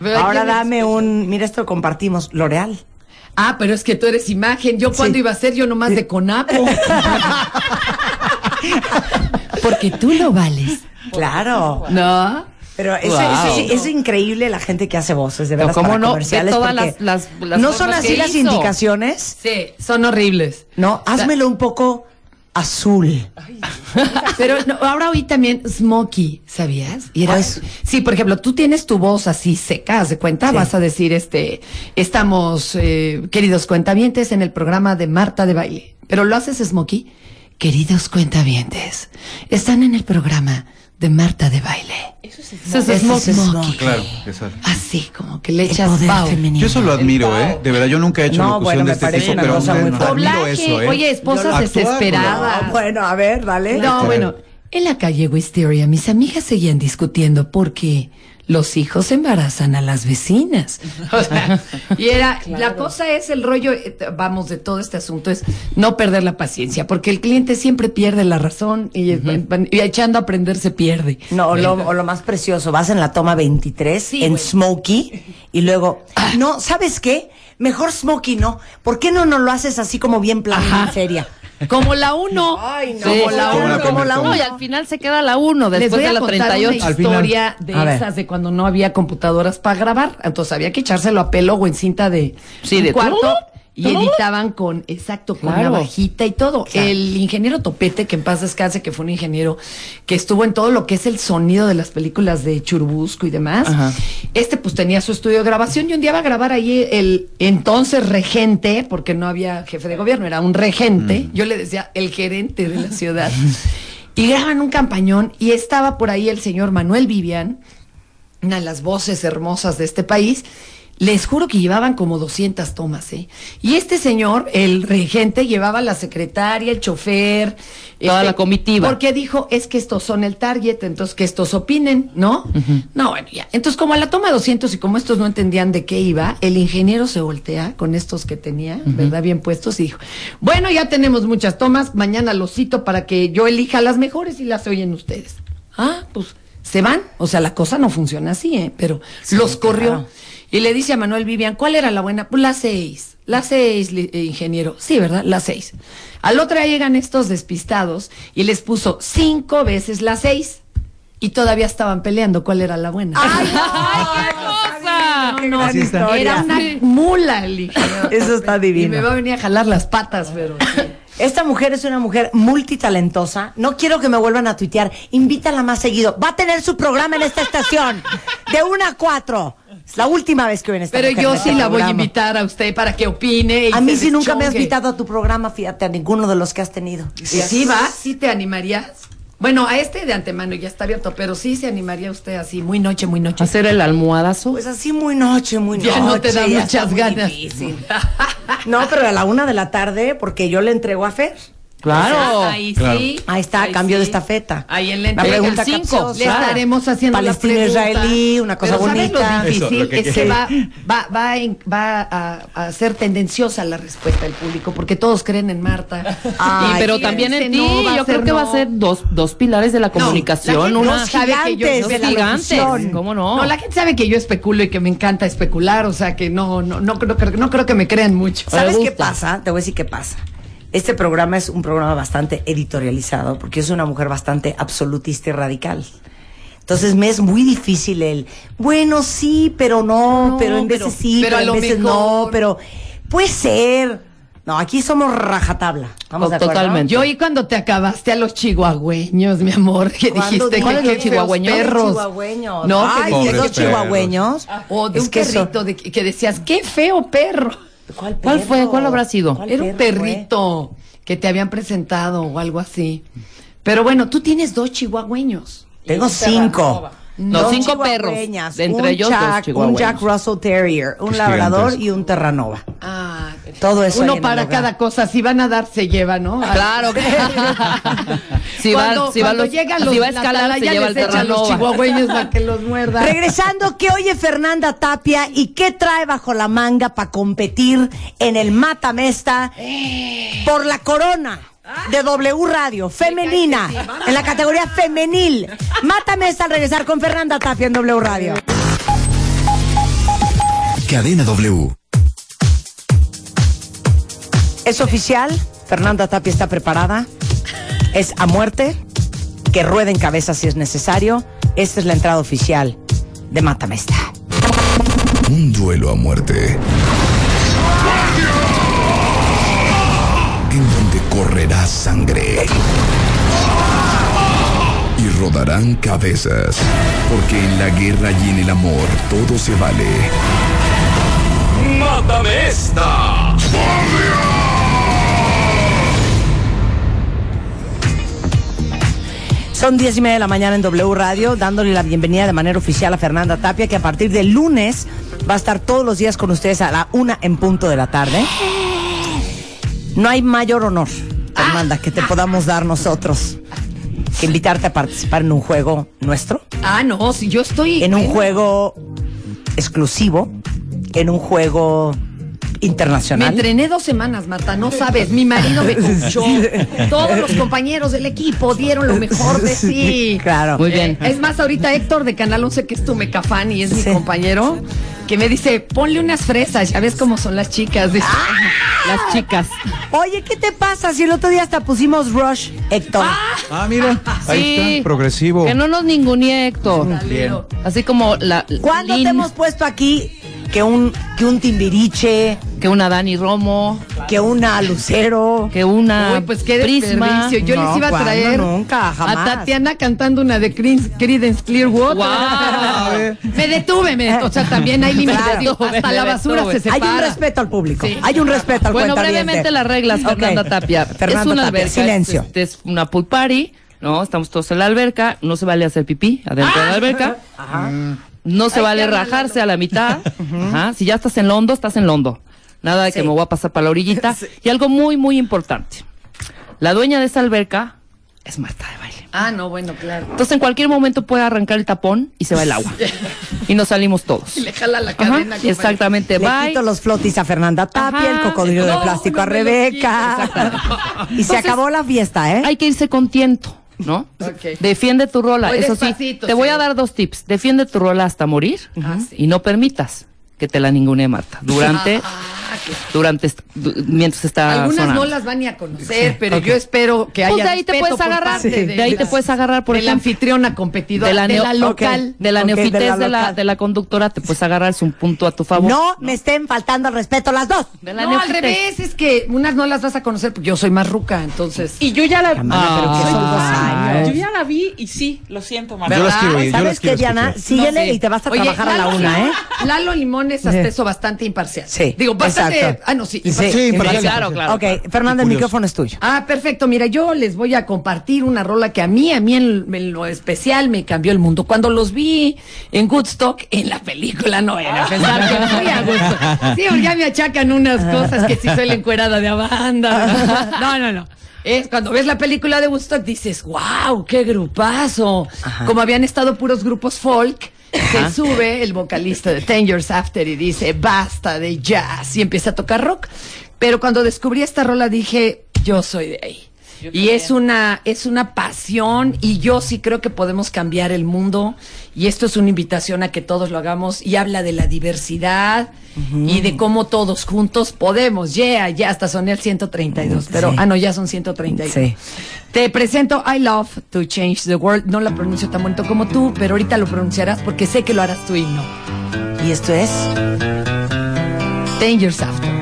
Speaker 2: Pero
Speaker 3: Ahora
Speaker 2: alguien es-
Speaker 3: dame un, mira esto lo compartimos, L'Oreal.
Speaker 2: Ah, pero es que tú eres imagen. Yo cuando iba a ser yo nomás de conapo. Porque tú lo vales.
Speaker 3: Claro.
Speaker 5: No.
Speaker 3: Pero eso,
Speaker 5: Wow.
Speaker 3: eso- eso es increíble la gente que hace voces, de
Speaker 5: Pero
Speaker 3: verdad.
Speaker 5: cómo
Speaker 3: para
Speaker 5: no, ve
Speaker 3: comerciales,
Speaker 5: todas
Speaker 3: porque
Speaker 5: las- las- las
Speaker 3: no son
Speaker 5: cosas
Speaker 3: así
Speaker 5: que
Speaker 3: las
Speaker 5: hizo.
Speaker 3: indicaciones.
Speaker 2: Sí, son horribles.
Speaker 3: No, házmelo un poco azul.
Speaker 2: Pero no, ahora hoy también Smokey, ¿sabías? Y era-
Speaker 3: Pues-
Speaker 2: sí, por ejemplo, tú tienes tu voz así seca, haz de cuenta,
Speaker 3: Sí.
Speaker 2: vas a decir, este, estamos, eh, queridos cuentavientes, en el programa de Marta de Baile. Pero lo haces Smokey. Queridos cuentavientes, están en el programa de Marta de Baile. Eso es Smokey.
Speaker 3: Eso es Smokey.
Speaker 7: Claro, eso.
Speaker 2: Así, como que le
Speaker 3: El
Speaker 2: echas
Speaker 3: poder
Speaker 2: pau.
Speaker 3: femenino.
Speaker 7: Yo eso lo admiro, ¿eh? De verdad, yo nunca he hecho
Speaker 3: No,
Speaker 7: locución
Speaker 3: bueno, me
Speaker 7: de este
Speaker 3: parece
Speaker 7: tipo,
Speaker 3: una
Speaker 7: pero
Speaker 3: cosa muy
Speaker 7: admiro
Speaker 2: Doblaje.
Speaker 7: eso, ¿eh?
Speaker 2: Oye, esposas
Speaker 7: Actuar,
Speaker 2: desesperadas.
Speaker 3: Ah, bueno, a ver, dale.
Speaker 2: No,
Speaker 7: Claro.
Speaker 2: bueno, en la calle Wisteria mis amigas seguían discutiendo porque los hijos embarazan a las vecinas. (laughs) O sea, y era, la cosa es el rollo, eh, vamos, de todo este asunto es no perder la paciencia, porque el cliente siempre pierde la razón y, eh, y echando a aprender se pierde.
Speaker 3: No, o lo, o lo más precioso, vas en la toma 23
Speaker 2: Sí,
Speaker 3: en
Speaker 2: güey.
Speaker 3: Smokey y luego, no, ¿sabes qué? Mejor Smokey no. ¿Por qué no no lo haces así como bien plana y seria?
Speaker 2: Como la (laughs) uno.
Speaker 3: Ay, no.
Speaker 2: Como la
Speaker 7: Como la
Speaker 2: uno.
Speaker 7: primera
Speaker 2: Como la
Speaker 7: toma.
Speaker 5: No,
Speaker 2: uno.
Speaker 5: y al final se queda la 1
Speaker 2: Les
Speaker 5: después
Speaker 2: voy
Speaker 5: de
Speaker 2: a
Speaker 5: la
Speaker 2: contar una
Speaker 5: 38.
Speaker 2: historia
Speaker 3: A
Speaker 2: de
Speaker 3: ver.
Speaker 2: esas de cuando no había computadoras para grabar. Entonces había que echárselo a pelo o en cinta de
Speaker 5: Sí,
Speaker 2: un
Speaker 5: de
Speaker 2: cuarto.
Speaker 5: todo.
Speaker 2: Y editaban con, exacto, con
Speaker 5: Claro.
Speaker 2: navajita y todo. El ingeniero Topete, que en paz descanse, que fue un ingeniero que estuvo en todo lo que es el sonido de las películas de Churubusco y demás.
Speaker 5: Ajá.
Speaker 2: Este pues tenía su estudio de grabación y un día va a grabar ahí el entonces regente, porque no había jefe de gobierno, era un
Speaker 5: Mm.
Speaker 2: regente. Yo le decía el gerente de la
Speaker 5: (laughs)
Speaker 2: ciudad. y graban un campañón y estaba por ahí el señor Manuel Vivian una de las voces hermosas de este país, les juro que llevaban como 200 tomas, ¿eh? Y este señor, el regente, llevaba la secretaria, el chofer. este,
Speaker 5: Toda la comitiva.
Speaker 2: Porque dijo, es que estos son el target, entonces que estos opinen, ¿no? No, bueno, ya. Entonces, como a la toma 200 y como estos no entendían de qué iba, el ingeniero se voltea con estos que tenía, ¿verdad? Bien puestos y dijo, bueno, ya tenemos muchas tomas, mañana los cito para que yo elija las mejores y las oyen ustedes. Ah, pues se van. O sea, la cosa no funciona así, ¿eh? pero los corrió. Y le dice a Manuel Vivian, ¿cuál era la buena? Pues la seis. La seis, li- eh, ingeniero. Sí, ¿verdad? La seis. Al otro día llegan estos despistados y les puso cinco veces la seis. Y todavía estaban peleando cuál era la buena. (laughs)
Speaker 5: cosa!
Speaker 2: No,
Speaker 3: Así está.
Speaker 2: era una mula el ingeniero.
Speaker 3: Eso está
Speaker 2: Y
Speaker 3: divino.
Speaker 2: me va a venir a jalar las patas, pero... sí.
Speaker 3: Esta mujer es una mujer multitalentosa. No quiero que me vuelvan a tuitear. Invítala más seguido. Va a tener su programa en esta estación. De una a cuatro. Es la última vez que viene esta
Speaker 2: Pero
Speaker 3: mujer
Speaker 2: yo
Speaker 3: en este
Speaker 2: sí la voy a
Speaker 3: programa.
Speaker 2: invitar a usted para que opine. y
Speaker 3: A mí
Speaker 2: se
Speaker 3: sí nunca me has
Speaker 2: deschongue.
Speaker 3: invitado a tu programa, fíjate, a ninguno de los que has tenido.
Speaker 2: Sí, sí va, sí te animarías. Bueno, a este de antemano ya está abierto, pero sí se animaría usted así, muy noche, muy noche.
Speaker 5: ¿Hacer el almohadazo?
Speaker 3: Pues así muy noche, muy noche.
Speaker 2: Ya no te da
Speaker 3: ya
Speaker 2: muchas
Speaker 3: está muy
Speaker 2: ganas.
Speaker 3: difícil. No, pero a la una de la tarde, porque yo le entrego a Fer.
Speaker 5: ¡Claro!
Speaker 2: Ahí
Speaker 7: Claro.
Speaker 2: sí.
Speaker 3: Ahí está,
Speaker 2: Ahí
Speaker 3: cambio de
Speaker 2: sí.
Speaker 3: estafeta.
Speaker 2: Ahí en la
Speaker 3: La
Speaker 2: entrega
Speaker 3: pregunta
Speaker 2: cinco.
Speaker 3: capciosa.
Speaker 2: Le estaremos haciendo la
Speaker 3: Palestina,
Speaker 2: pregunta.
Speaker 3: israelí, una cosa
Speaker 2: Pero ¿sabes
Speaker 3: bonita?
Speaker 2: lo difícil
Speaker 7: Eso, lo que
Speaker 2: es que
Speaker 7: quiere.
Speaker 2: va, va, va, en- va a, a ser tendenciosa la respuesta del público, porque todos creen en Marta.
Speaker 3: (laughs)
Speaker 2: este
Speaker 3: Ay,
Speaker 5: Y- pero
Speaker 3: fíjense,
Speaker 5: también en ti,
Speaker 2: no, va a
Speaker 5: yo creo
Speaker 2: ser
Speaker 5: que va
Speaker 2: no.
Speaker 5: a ser dos, dos pilares de la comunicación,
Speaker 2: gente
Speaker 5: una
Speaker 2: no sabe que yo-
Speaker 3: gigantes
Speaker 2: no
Speaker 3: de la
Speaker 5: gigantes.
Speaker 3: locución.
Speaker 5: ¿Cómo
Speaker 2: No.
Speaker 5: no? (laughs)
Speaker 2: la gente sabe que yo especulo y que me encanta especular, o sea que no, no, no, creo- no creo, no creo que me crean mucho.
Speaker 5: Sa-
Speaker 3: ¿Sabes
Speaker 5: Me
Speaker 3: qué
Speaker 5: gusta.
Speaker 3: pasa? Te voy a decir qué pasa. Este programa es un programa bastante editorializado porque yo soy una mujer bastante absolutista y radical. Entonces me es muy difícil el, bueno, sí, pero no,
Speaker 2: No,
Speaker 3: pero en
Speaker 2: pero-
Speaker 3: veces sí,
Speaker 2: pero
Speaker 3: pero,
Speaker 2: a
Speaker 3: en
Speaker 2: lo
Speaker 3: veces no,
Speaker 2: mejor.
Speaker 3: pero puede ser. No, aquí somos rajatabla. ¿Estamos
Speaker 5: Oh,
Speaker 3: de acuerdo?
Speaker 5: totalmente.
Speaker 2: Yo y cuando te acabaste a los chihuahueños, mi amor, que
Speaker 3: ¿Cuándo
Speaker 2: dijiste
Speaker 3: dije
Speaker 2: que
Speaker 3: que
Speaker 2: qué
Speaker 3: feos
Speaker 2: chihuahueños
Speaker 3: Los
Speaker 2: perros.
Speaker 3: chihuahueños.
Speaker 2: No,
Speaker 3: Ay,
Speaker 2: que-
Speaker 3: que
Speaker 7: Pobres
Speaker 3: los
Speaker 7: perros.
Speaker 3: chihuahueños.
Speaker 2: o de
Speaker 3: Es
Speaker 2: un
Speaker 3: que eso-
Speaker 2: perrito de que, que decías, qué feo perro.
Speaker 3: ¿Cuál,
Speaker 5: ¿Cuál fue?
Speaker 3: perro?
Speaker 5: ¿Cuál habrá sido?
Speaker 3: ¿Cuál
Speaker 2: Era un
Speaker 3: perro fue?
Speaker 2: perrito que te habían presentado o algo así. Pero bueno, tú tienes dos chihuahueños.
Speaker 3: Tengo cinco.
Speaker 5: No,
Speaker 3: Dos
Speaker 5: cinco perros.
Speaker 3: chihuahueñas,
Speaker 5: De entre
Speaker 3: un
Speaker 5: ellos, dos
Speaker 3: Jack, un
Speaker 5: chihuahueños.
Speaker 3: Jack Russell Terrier, un
Speaker 7: Qué
Speaker 3: labrador
Speaker 7: gigantes.
Speaker 3: y un Terranova.
Speaker 2: Ah,
Speaker 3: Todo eso. ahí
Speaker 2: uno
Speaker 3: en el
Speaker 2: para
Speaker 3: hogar.
Speaker 2: cada cosa. Si van a dar, se lleva, ¿no?
Speaker 5: Claro que si va,
Speaker 2: cuando,
Speaker 5: si va,
Speaker 2: cuando
Speaker 5: los-
Speaker 2: llegan
Speaker 5: si
Speaker 2: los-
Speaker 5: va a
Speaker 2: la
Speaker 5: escalar, se
Speaker 2: atalaya,
Speaker 5: lleva el
Speaker 2: les echan los
Speaker 5: terranova.
Speaker 2: chihuahueños para que los
Speaker 5: (laughs)
Speaker 2: muerda.
Speaker 3: Regresando, ¿qué oye Fernanda Tapia y qué trae bajo la manga para competir en el Mata Mesta por la corona de W
Speaker 5: Ah.
Speaker 3: Radio femenina en la categoría femenil? Mata Mesta al regresar con Fernanda Tapia en W Radio.
Speaker 1: Cadena W.
Speaker 3: Es oficial, Fernanda Tapia está preparada. Es a muerte, que rueden cabezas si es necesario. Esta es la entrada oficial de Mata Mesta.
Speaker 1: Un duelo a muerte. En donde correrá sangre. Y rodarán cabezas. Porque en la guerra y en el amor todo se vale. ¡Mátame esta!
Speaker 3: Son 10 y media de la mañana en W Radio, dándole la bienvenida de manera oficial a Fernanda Tapia, que a partir del lunes va a estar todos los días con ustedes a la una en punto de la tarde. No hay mayor honor, Fernanda, que te podamos dar nosotros que invitarte a participar en un juego nuestro,
Speaker 2: Ah, no, si yo estoy.
Speaker 3: en un juego exclusivo, en un juego
Speaker 2: Me
Speaker 3: internacional.
Speaker 2: entrené dos semanas, Marta, no sabes. Mi marido
Speaker 3: (laughs)
Speaker 2: me escuchó. Todos los compañeros del equipo dieron
Speaker 3: (laughs)
Speaker 2: lo mejor de sí. Eh,
Speaker 3: Claro.
Speaker 5: Muy bien.
Speaker 2: Es más, ahorita Héctor de Canal 11, que es tu mecafán y es
Speaker 3: Sí.
Speaker 2: mi compañero, que me dice, ponle unas fresas, ya ves cómo son las chicas. Dice,
Speaker 3: ¡Ah!
Speaker 5: Las chicas.
Speaker 3: Oye, ¿qué te pasa si el otro día hasta pusimos Rush, Héctor?
Speaker 7: Ah, mira, ahí
Speaker 5: Sí.
Speaker 7: está, progresivo.
Speaker 5: Que no nos ningunie, Héctor.
Speaker 7: Bien.
Speaker 5: Así como la.
Speaker 3: ¿Cuándo
Speaker 5: Lin-
Speaker 3: te hemos puesto aquí que un, que un timbiriche,
Speaker 5: Que una Dani Romo,
Speaker 3: que una lucero.
Speaker 5: que una
Speaker 2: Uy, pues qué
Speaker 5: Ah, prisma.
Speaker 2: desperdicio. Yo
Speaker 3: No,
Speaker 2: les iba a
Speaker 3: ¿cuándo?
Speaker 2: traer
Speaker 3: Nunca, jamás.
Speaker 2: a Tatiana cantando una de Creedence Creedence Clearwater.
Speaker 5: Guau.
Speaker 7: A ver.
Speaker 2: Me detuve, me detuve. O sea, también
Speaker 5: (laughs)
Speaker 2: hay límites.
Speaker 3: Claro.
Speaker 2: digo, Hasta la
Speaker 5: Me
Speaker 2: basura
Speaker 5: detuve.
Speaker 2: se
Speaker 3: Hay
Speaker 2: separa.
Speaker 3: un respeto al público.
Speaker 5: Sí.
Speaker 3: Hay un respeto al
Speaker 5: Bueno,
Speaker 3: cuentaviente.
Speaker 5: brevemente las reglas,
Speaker 3: Ok.
Speaker 5: Fernanda Tapia. es
Speaker 3: Fernanda
Speaker 5: una Este,
Speaker 3: Tapia,
Speaker 5: alberca,
Speaker 3: silencio.
Speaker 5: Es, es- es una pool party, ¿no? Estamos todos en la alberca, no se vale hacer pipí adentro
Speaker 2: Ah.
Speaker 5: de la alberca. Mm. No se vale rajarse a
Speaker 2: (laughs)
Speaker 5: la mitad. Ajá. Si ya estás en londo, estás en londo. Nada de que
Speaker 3: Sí.
Speaker 5: me voy a pasar para
Speaker 2: (laughs)
Speaker 5: la orillita. Y algo muy, muy importante. La dueña de esa alberca es Marta de Baile.
Speaker 2: Ah, no, bueno, claro.
Speaker 5: Entonces en cualquier momento puede arrancar el tapón y se va el agua. y nos salimos todos.
Speaker 2: Le jala la
Speaker 5: Ajá,
Speaker 2: cadena. compañero.
Speaker 5: Exactamente,
Speaker 3: Le
Speaker 5: este, bye.
Speaker 3: quito los flotis a Fernanda Tapia,
Speaker 5: Ajá.
Speaker 3: el cocodrilo
Speaker 5: No,
Speaker 3: de plástico a
Speaker 2: no me lo
Speaker 3: Rebeca.
Speaker 5: quito, exactamente.
Speaker 3: (laughs) y se acabó la fiesta, ¿eh?
Speaker 5: hay que irse con tiento, ¿no?
Speaker 2: Ok.
Speaker 5: Defiende tu rola.
Speaker 2: Muy
Speaker 5: Eso sí, te
Speaker 2: despacito,
Speaker 5: voy
Speaker 2: sí. Ah,
Speaker 5: a dar dos tips. Defiende tu rola hasta morir y no permitas que te la ningune Marta durante
Speaker 2: Ah, que-
Speaker 5: durante est- du- mientras está
Speaker 2: Algunas
Speaker 5: sonando.
Speaker 2: no las van ni a conocer, pero yo espero que haya.
Speaker 5: Pues de ahí te
Speaker 2: respeto
Speaker 5: puedes
Speaker 2: por
Speaker 5: agarrar,
Speaker 2: parte
Speaker 5: sí. de ahí te
Speaker 2: las-
Speaker 5: puedes agarrar, por
Speaker 2: de la
Speaker 5: ejemplo.
Speaker 2: anfitriona competidora, de la,
Speaker 5: neo-
Speaker 2: local.
Speaker 5: Ok, de la
Speaker 3: Ok, de la
Speaker 5: neofites de la, de la,
Speaker 3: local.
Speaker 5: conductora te puedes agarrar es un punto a tu favor.
Speaker 3: No me estén faltando al respeto las dos.
Speaker 5: de la
Speaker 2: no, al
Speaker 5: neofites.
Speaker 2: revés, es que unas no las vas a conocer porque yo soy más ruca, entonces.
Speaker 8: Y yo ya la vi.
Speaker 3: Mana, pero que son dos años.
Speaker 8: Yo ya la vi y sí, lo siento, Marta.
Speaker 7: Yo las quiero ir, yo
Speaker 3: ¿Sabes
Speaker 7: las
Speaker 3: qué,
Speaker 7: quiero
Speaker 3: Diana?
Speaker 7: escuchar.
Speaker 3: Síguele
Speaker 8: No, sí.
Speaker 3: y te vas a
Speaker 2: Oye,
Speaker 3: trabajar a la
Speaker 2: Lalo-
Speaker 3: una, ¿eh?
Speaker 2: Lalo Limón es hasta eso bastante imparcial.
Speaker 3: Sí,
Speaker 2: Digo, bastante.
Speaker 3: exacto.
Speaker 2: Ah, no, sí.
Speaker 3: Sí,
Speaker 2: imparcial.
Speaker 7: Sí,
Speaker 5: Sí,
Speaker 7: imparcial.
Speaker 5: claro, claro.
Speaker 3: ok, Fernanda, el micrófono es tuyo.
Speaker 2: Ah, perfecto. Mira, yo les voy a compartir una rola que a mí, a mí en, en lo especial me cambió el mundo. Cuando los vi en Woodstock, en la película, no era a
Speaker 3: (laughs)
Speaker 2: pensar que fui a Woodstock. Sí, porque ya me achacan unas cosas que si soy la encuerada de banda.
Speaker 3: (laughs)
Speaker 2: No, no, no. Es cuando ves la película de Woodstock dices, wow, qué grupazo. Como habían estado puros grupos folk, se sube el vocalista de Ten Years After y dice, basta de jazz, y empieza a tocar rock. Pero cuando descubrí esta rola dije, yo soy de ahí. Y es una, es una pasión y yo sí creo que podemos cambiar el mundo y esto es una invitación a que todos lo hagamos y habla de la diversidad y de cómo todos juntos podemos. Yeah, ya hasta soné al 132, pero
Speaker 3: Sí.
Speaker 2: ah no, ya son 132.
Speaker 3: Sí.
Speaker 2: Te presento I Love to Change the World. No la pronuncio tan bonito como tú, pero ahorita lo pronunciarás porque sé que lo harás tú y no.
Speaker 3: Y esto es.
Speaker 2: Ten years after.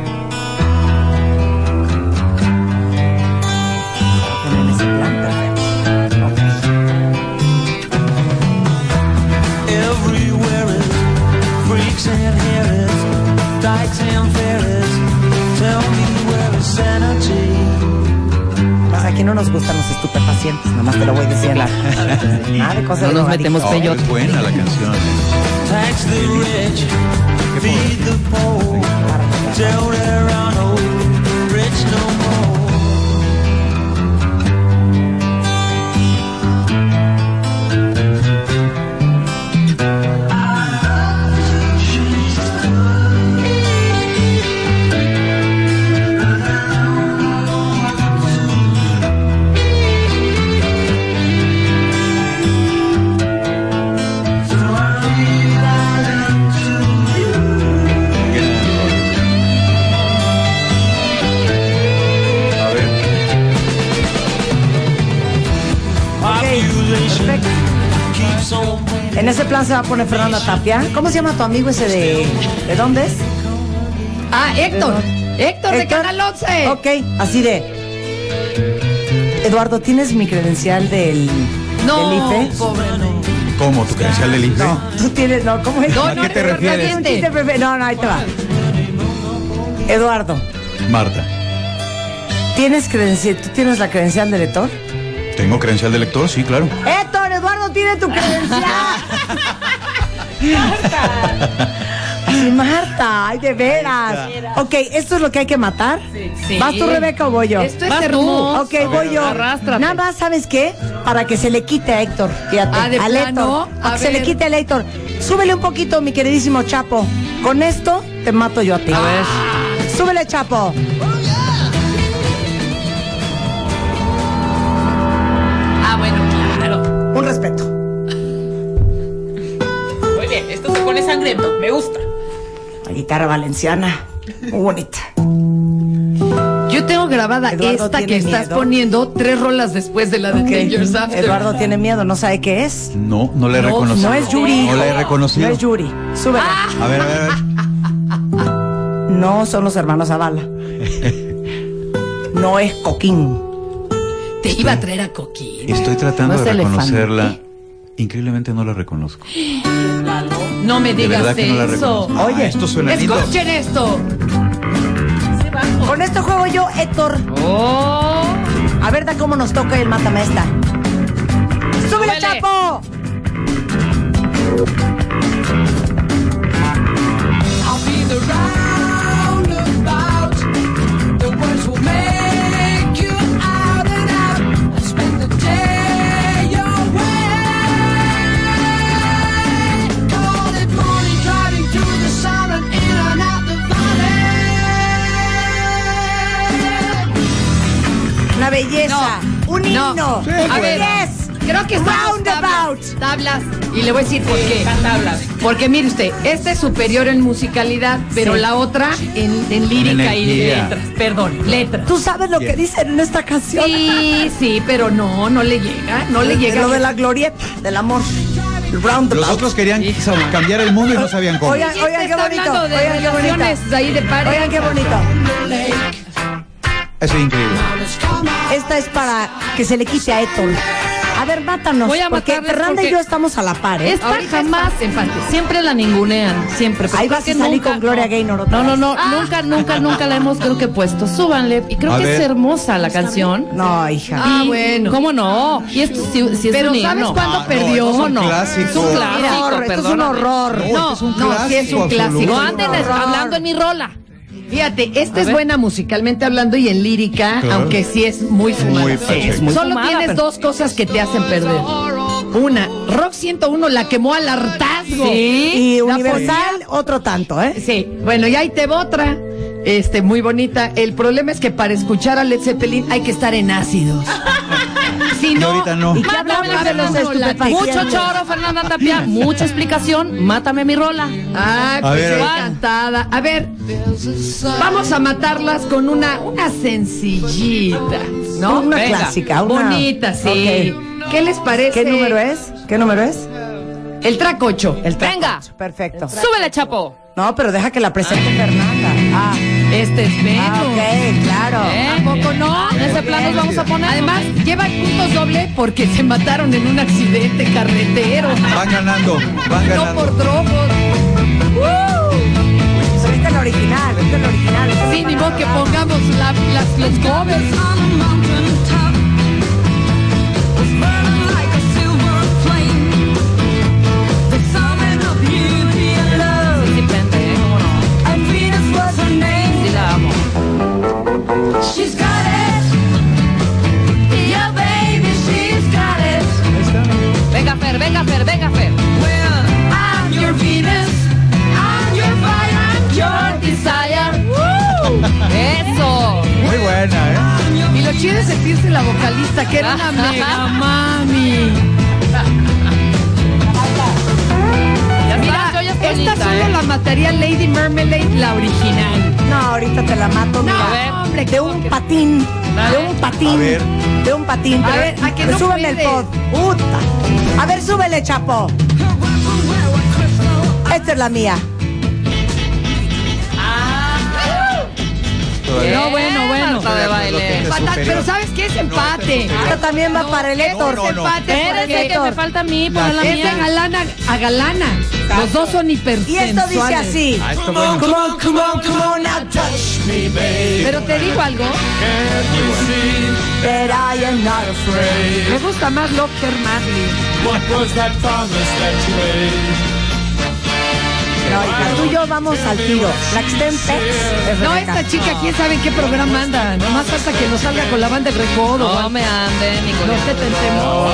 Speaker 3: Ponen ese plan perfecto. Ok.
Speaker 9: Everywhere is freaks and heroes, dykes and fairies. Tell me where is sanity?
Speaker 3: Pues aquí no nos gustan los estupefacientes, nada más te lo voy a decir en la. Nada de
Speaker 5: No
Speaker 3: cosas de
Speaker 5: nos
Speaker 3: drogadictos.
Speaker 5: metemos
Speaker 7: Oh,
Speaker 5: peyote.
Speaker 7: es buena la canción.
Speaker 9: Tax the rich, feed the poor. Tell their honor, rich no more.
Speaker 7: A ver.
Speaker 9: Population
Speaker 3: Perfecto.
Speaker 9: keeps on
Speaker 3: En ese plan se va a poner Fernanda Tapia. ¿Cómo se llama tu amigo ese de. ¿De dónde es?
Speaker 2: Ah, Héctor. Héctor de
Speaker 3: Héctor.
Speaker 2: Canal 11.
Speaker 3: Ok, así de. Eduardo, ¿tienes mi credencial del,
Speaker 2: No,
Speaker 3: del IFE?
Speaker 2: pobre, no.
Speaker 7: ¿Cómo? ¿Tu credencial del IFE?
Speaker 3: No, tú tienes, no, ¿cómo es?
Speaker 2: No,
Speaker 7: ¿A
Speaker 2: no,
Speaker 7: qué te
Speaker 2: Eduardo
Speaker 7: refieres?
Speaker 3: ¿Tú
Speaker 2: Allende.
Speaker 3: tienes prefe- No, no, ahí te va. Eduardo,
Speaker 7: Marta.
Speaker 3: ¿tienes credencial? ¿Tú tienes la credencial del Héctor?
Speaker 7: ¿Tengo credencial de lector? Sí, claro.
Speaker 3: Héctor, Eduardo tiene tu (laughs) credencial. Marta. Marta, ay, de veras. Ok, esto es lo que hay que matar.
Speaker 2: sí.
Speaker 3: ¿Vas tú, Rebeca, o voy yo?
Speaker 2: Esto es
Speaker 5: Vas tú.
Speaker 2: hermoso.
Speaker 3: Ok, voy yo.
Speaker 5: Arrástrate.
Speaker 3: Nada más, ¿sabes qué? Para que se le quite a Héctor. Fíjate.
Speaker 2: Ah, ¿de
Speaker 3: al
Speaker 2: plano?
Speaker 3: Héctor.
Speaker 2: A
Speaker 3: Para que se
Speaker 2: ver.
Speaker 3: le quite al Héctor. Súbele un poquito, mi queridísimo Chapo. Con esto te mato yo a ti.
Speaker 5: A ver.
Speaker 3: Súbele, Chapo.
Speaker 2: Ah, bueno, claro.
Speaker 3: Un respeto.
Speaker 8: Muy bien, esto se pone sangriento. Me gusta.
Speaker 3: La guitarra valenciana. Muy bonita.
Speaker 2: Yo tengo grabada
Speaker 3: Eduardo
Speaker 2: esta que
Speaker 3: tiene
Speaker 2: estás
Speaker 3: miedo.
Speaker 2: poniendo tres rolas después de la de Ten Years After.
Speaker 3: Eduardo tiene miedo, no sabe qué es.
Speaker 7: No, no la he
Speaker 2: No,
Speaker 7: reconocido.
Speaker 3: No es Yuri.
Speaker 7: No la he
Speaker 3: hijo.
Speaker 7: reconocido.
Speaker 2: Ah.
Speaker 3: No es Yuri. Súbela.
Speaker 7: A ver, a ver, a ver.
Speaker 3: No son los hermanos Zavala. No es Coquín.
Speaker 2: Te iba a traer a Coquín.
Speaker 7: Estoy tratando
Speaker 5: ¿No es
Speaker 7: de
Speaker 5: elefante?
Speaker 7: reconocerla. Increíblemente no la reconozco.
Speaker 2: No me
Speaker 7: De verdad
Speaker 2: digas
Speaker 7: que no la
Speaker 2: eso.
Speaker 7: reconozco. Oye, esto suena lindo.
Speaker 2: Escuchen esto.
Speaker 3: Con esto juego yo, Héctor.
Speaker 5: ¡Oh!
Speaker 3: A ver, da cómo nos toca el mátame esta. ¡Súbele,
Speaker 5: Súbele.
Speaker 3: Chapo! Una belleza.
Speaker 2: No,
Speaker 3: Un
Speaker 2: no.
Speaker 3: himno.
Speaker 2: Sí, pues. A ver.
Speaker 3: pues. Yes.
Speaker 2: Creo que estamos
Speaker 3: Roundabout.
Speaker 2: tablas, tablas. Y le voy a decir por qué.
Speaker 8: tablas.
Speaker 2: Porque mire usted, esta es superior en musicalidad, pero
Speaker 3: Sí.
Speaker 2: la otra en, en lírica y
Speaker 7: energía.
Speaker 2: letras. Perdón, letras.
Speaker 3: Tú sabes lo que
Speaker 7: Bien.
Speaker 3: dicen en esta canción.
Speaker 2: Sí, sí, pero no, no le llega, no le llega.
Speaker 3: Lo de la glorieta, del amor. El
Speaker 7: Los
Speaker 3: roundabout.
Speaker 7: otros querían sab- cambiar el mundo y no sabían cómo.
Speaker 3: Oigan,
Speaker 2: Este
Speaker 3: oigan, qué
Speaker 2: está
Speaker 3: bonito.
Speaker 2: hablando de
Speaker 3: Oigan, qué
Speaker 2: relaciones
Speaker 3: bonito.
Speaker 2: ahí de pareja.
Speaker 3: Oigan, qué bonito.
Speaker 7: Eso es increíble.
Speaker 3: Esta es para que se le quite a Etol. A ver, mátanos.
Speaker 5: Voy a
Speaker 3: porque
Speaker 5: matarles
Speaker 3: Fernanda
Speaker 5: porque-
Speaker 3: y yo estamos a la par, ¿eh?
Speaker 5: Esta
Speaker 2: Ahorita
Speaker 5: jamás
Speaker 2: estás empate.
Speaker 5: Siempre la ningunean, siempre. pero
Speaker 3: Ahí
Speaker 5: creo
Speaker 3: vas
Speaker 5: que
Speaker 3: a salir
Speaker 5: nunca-
Speaker 3: con Gloria Gaynor otra
Speaker 5: No, no,
Speaker 3: vez. Ah.
Speaker 5: no, nunca, nunca, nunca la hemos creo que puesto. Súbanle. Y creo
Speaker 7: A
Speaker 5: que
Speaker 7: ver.
Speaker 5: es hermosa la canción.
Speaker 3: No, hija.
Speaker 2: Ah,
Speaker 5: Y-
Speaker 2: bueno.
Speaker 5: ¿Cómo no? Y esto sí, sí es
Speaker 2: Pero
Speaker 5: un
Speaker 2: ¿sabes
Speaker 5: himno.
Speaker 2: cuándo
Speaker 7: Ah, no,
Speaker 2: perdió?
Speaker 7: esto es un
Speaker 5: No,
Speaker 7: clásico.
Speaker 5: Es un Ah, clásico,
Speaker 3: Horror, esto es un
Speaker 5: perdóname.
Speaker 3: horror.
Speaker 2: No,
Speaker 7: este es un
Speaker 2: no, sí es un
Speaker 7: clásico
Speaker 5: No
Speaker 2: clásico.
Speaker 7: absoluto.
Speaker 5: anden
Speaker 3: horror.
Speaker 5: hablando en mi rola.
Speaker 2: Fíjate, esta
Speaker 5: A
Speaker 2: es
Speaker 5: ver.
Speaker 2: buena musicalmente hablando y en lírica,
Speaker 7: Claro.
Speaker 2: aunque sí es muy fumada.
Speaker 7: Muy
Speaker 2: Sí,
Speaker 7: perfecta.
Speaker 2: es muy Solo
Speaker 5: fumada,
Speaker 2: tienes
Speaker 5: pero-
Speaker 2: dos cosas que te hacen perder. Una, Rock 101 la quemó al hartazgo.
Speaker 3: Y
Speaker 2: La
Speaker 3: Universal, otro tanto, ¿eh?
Speaker 2: Sí, bueno, y ahí te va otra. Este, muy bonita. El problema es que para escuchar a Led Zeppelin hay que estar en (laughs) ácidos. si
Speaker 7: Y
Speaker 2: no,
Speaker 7: ahorita no.
Speaker 3: ¿Y qué
Speaker 5: Mátame
Speaker 3: hablamos de
Speaker 5: Fernanda
Speaker 3: los
Speaker 5: Rola.
Speaker 3: estupefacientes?
Speaker 5: Mucho choro, Fernanda Tapia. Mucha explicación. Mátame mi rola.
Speaker 2: Ay,
Speaker 7: A
Speaker 2: pues qué
Speaker 7: ver, a ver.
Speaker 2: encantada. A ver, vamos a matarlas con una, una sencillita, ¿no?
Speaker 3: Una clásica, una-
Speaker 2: Bonita, sí.
Speaker 3: Ok.
Speaker 2: ¿Qué les parece?
Speaker 3: ¿Qué número es? ¿Qué número es?
Speaker 2: El tracocho.
Speaker 3: El trapo.
Speaker 5: Venga.
Speaker 3: Perfecto.
Speaker 5: Súbele, Chapo.
Speaker 3: No, pero deja que la presente Fernanda. Ah,
Speaker 2: Este es Venus.
Speaker 3: ah, ok, claro.
Speaker 5: ¿Eh?
Speaker 2: ¿A poco no?
Speaker 5: En ese plan nos vamos a poner.
Speaker 2: Además, llevan puntos doble porque se mataron en un accidente carretero.
Speaker 7: Van ganando, van
Speaker 2: No
Speaker 7: ganando.
Speaker 2: por trozos.
Speaker 3: Pero viste Pues la original, viste la original.
Speaker 2: Sí, ni modo que pongamos la- las, los covers.
Speaker 5: Sí, prende, ¿eh? ¿Cómo no? Sí, la amo. Venga, Fer, venga, Fer, venga, Fer. Eso.
Speaker 7: Muy buena, ¿eh?
Speaker 2: Y lo chido es sentirse la vocalista, que era una mega mami.
Speaker 5: Ya
Speaker 2: Mira,
Speaker 5: sabes, yo ya estoy
Speaker 2: esta
Speaker 5: lista,
Speaker 2: solo
Speaker 5: ¿eh?
Speaker 2: la mataría Lady Marmalade, la original.
Speaker 3: No, ahorita te la mato.
Speaker 2: No,
Speaker 3: mira.
Speaker 5: a ver.
Speaker 2: hombre,
Speaker 3: de un patín, de un patín,
Speaker 7: A ver.
Speaker 3: de un patín.
Speaker 2: A
Speaker 3: pero-
Speaker 2: ver, ¿a que no
Speaker 3: súbeme el
Speaker 2: puede?
Speaker 3: pod. Puta. A ver, súbele, chapo. Esta es la mía.
Speaker 7: Todavía.
Speaker 5: No, bueno, bueno.
Speaker 7: Marta de baile. Es
Speaker 2: Fatal,
Speaker 7: superior.
Speaker 2: pero ¿sabes qué? Es empate.
Speaker 7: superior.
Speaker 3: Esta también va para el Héctor.
Speaker 7: no, no.
Speaker 2: Empate
Speaker 5: Espérense que
Speaker 2: porque
Speaker 5: me falta a mí,
Speaker 7: La
Speaker 5: pongan la
Speaker 2: es de
Speaker 5: mía.
Speaker 2: galana a galana. Los dos son
Speaker 3: Y esto
Speaker 2: hipersensuales.
Speaker 3: dice así.
Speaker 7: Ah, está bueno.
Speaker 2: Pero te digo algo,
Speaker 3: But I am not afraid.
Speaker 2: me gusta más Lobster Madley.
Speaker 3: No, hija, tú y yo vamos al tiro. La que está en Tex es
Speaker 2: No,
Speaker 3: Rebeca.
Speaker 2: esta chica, quién sabe en qué programa anda. Nomás falta que nos salga con la banda del recodo.
Speaker 5: No me anden,
Speaker 2: No
Speaker 5: Nicolás.
Speaker 2: te tentemos.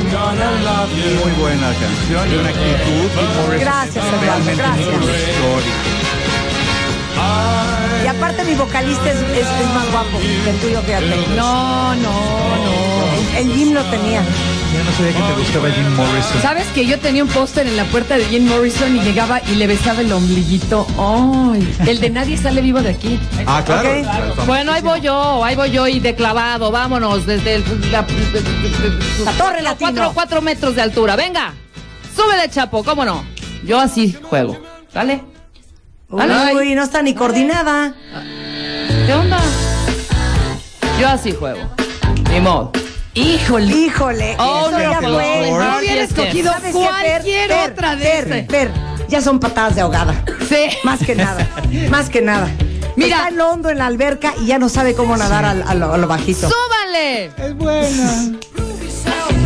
Speaker 7: Muy buena canción y una actitud. y por eso
Speaker 3: Gracias, Eduardo,
Speaker 7: realmente
Speaker 3: gracias.
Speaker 7: muy histórica.
Speaker 3: Y aparte mi vocalista es, es- es más guapo que el tuyo, fíjate.
Speaker 2: No, no, no.
Speaker 3: El, el gym lo tenía.
Speaker 7: Ya no sabía que te gustaba Jim Morrison.
Speaker 2: ¿Sabes que yo tenía un póster en la puerta de Jim Morrison y llegaba y le besaba el ombliguito? ¡Ay! El de nadie sale vivo de aquí.
Speaker 7: Ah, claro.
Speaker 3: Ok.
Speaker 5: Bueno, ahí voy yo, ahí voy yo y de clavado, vámonos, desde el- la,
Speaker 3: La Torre
Speaker 5: a
Speaker 3: Latino.
Speaker 5: cuatro, cuatro metros de altura, venga, súbele, Chapo, cómo no. Yo así juego, ¿vale? Ay.
Speaker 3: Uy, no está ni coordinada.
Speaker 5: ¿Qué onda? Yo así juego. Ni modo.
Speaker 2: Híjole.
Speaker 3: Híjole,
Speaker 5: Oh,
Speaker 3: eso ya
Speaker 5: no, por
Speaker 3: fue.
Speaker 5: favor.
Speaker 3: No,
Speaker 5: Así
Speaker 3: hubiera
Speaker 5: es que-
Speaker 3: escogido
Speaker 2: ¿Sabes qué, Fer?
Speaker 3: cualquier
Speaker 2: Fer,
Speaker 3: otra de
Speaker 2: Fer,
Speaker 3: este. ya son patadas de ahogada.
Speaker 2: Sí.
Speaker 3: Más que nada, más que nada.
Speaker 2: Mira.
Speaker 3: Mira, está en lo hondo en la alberca y ya no sabe cómo nadar al- a, lo, a lo bajito.
Speaker 5: ¡Súbale!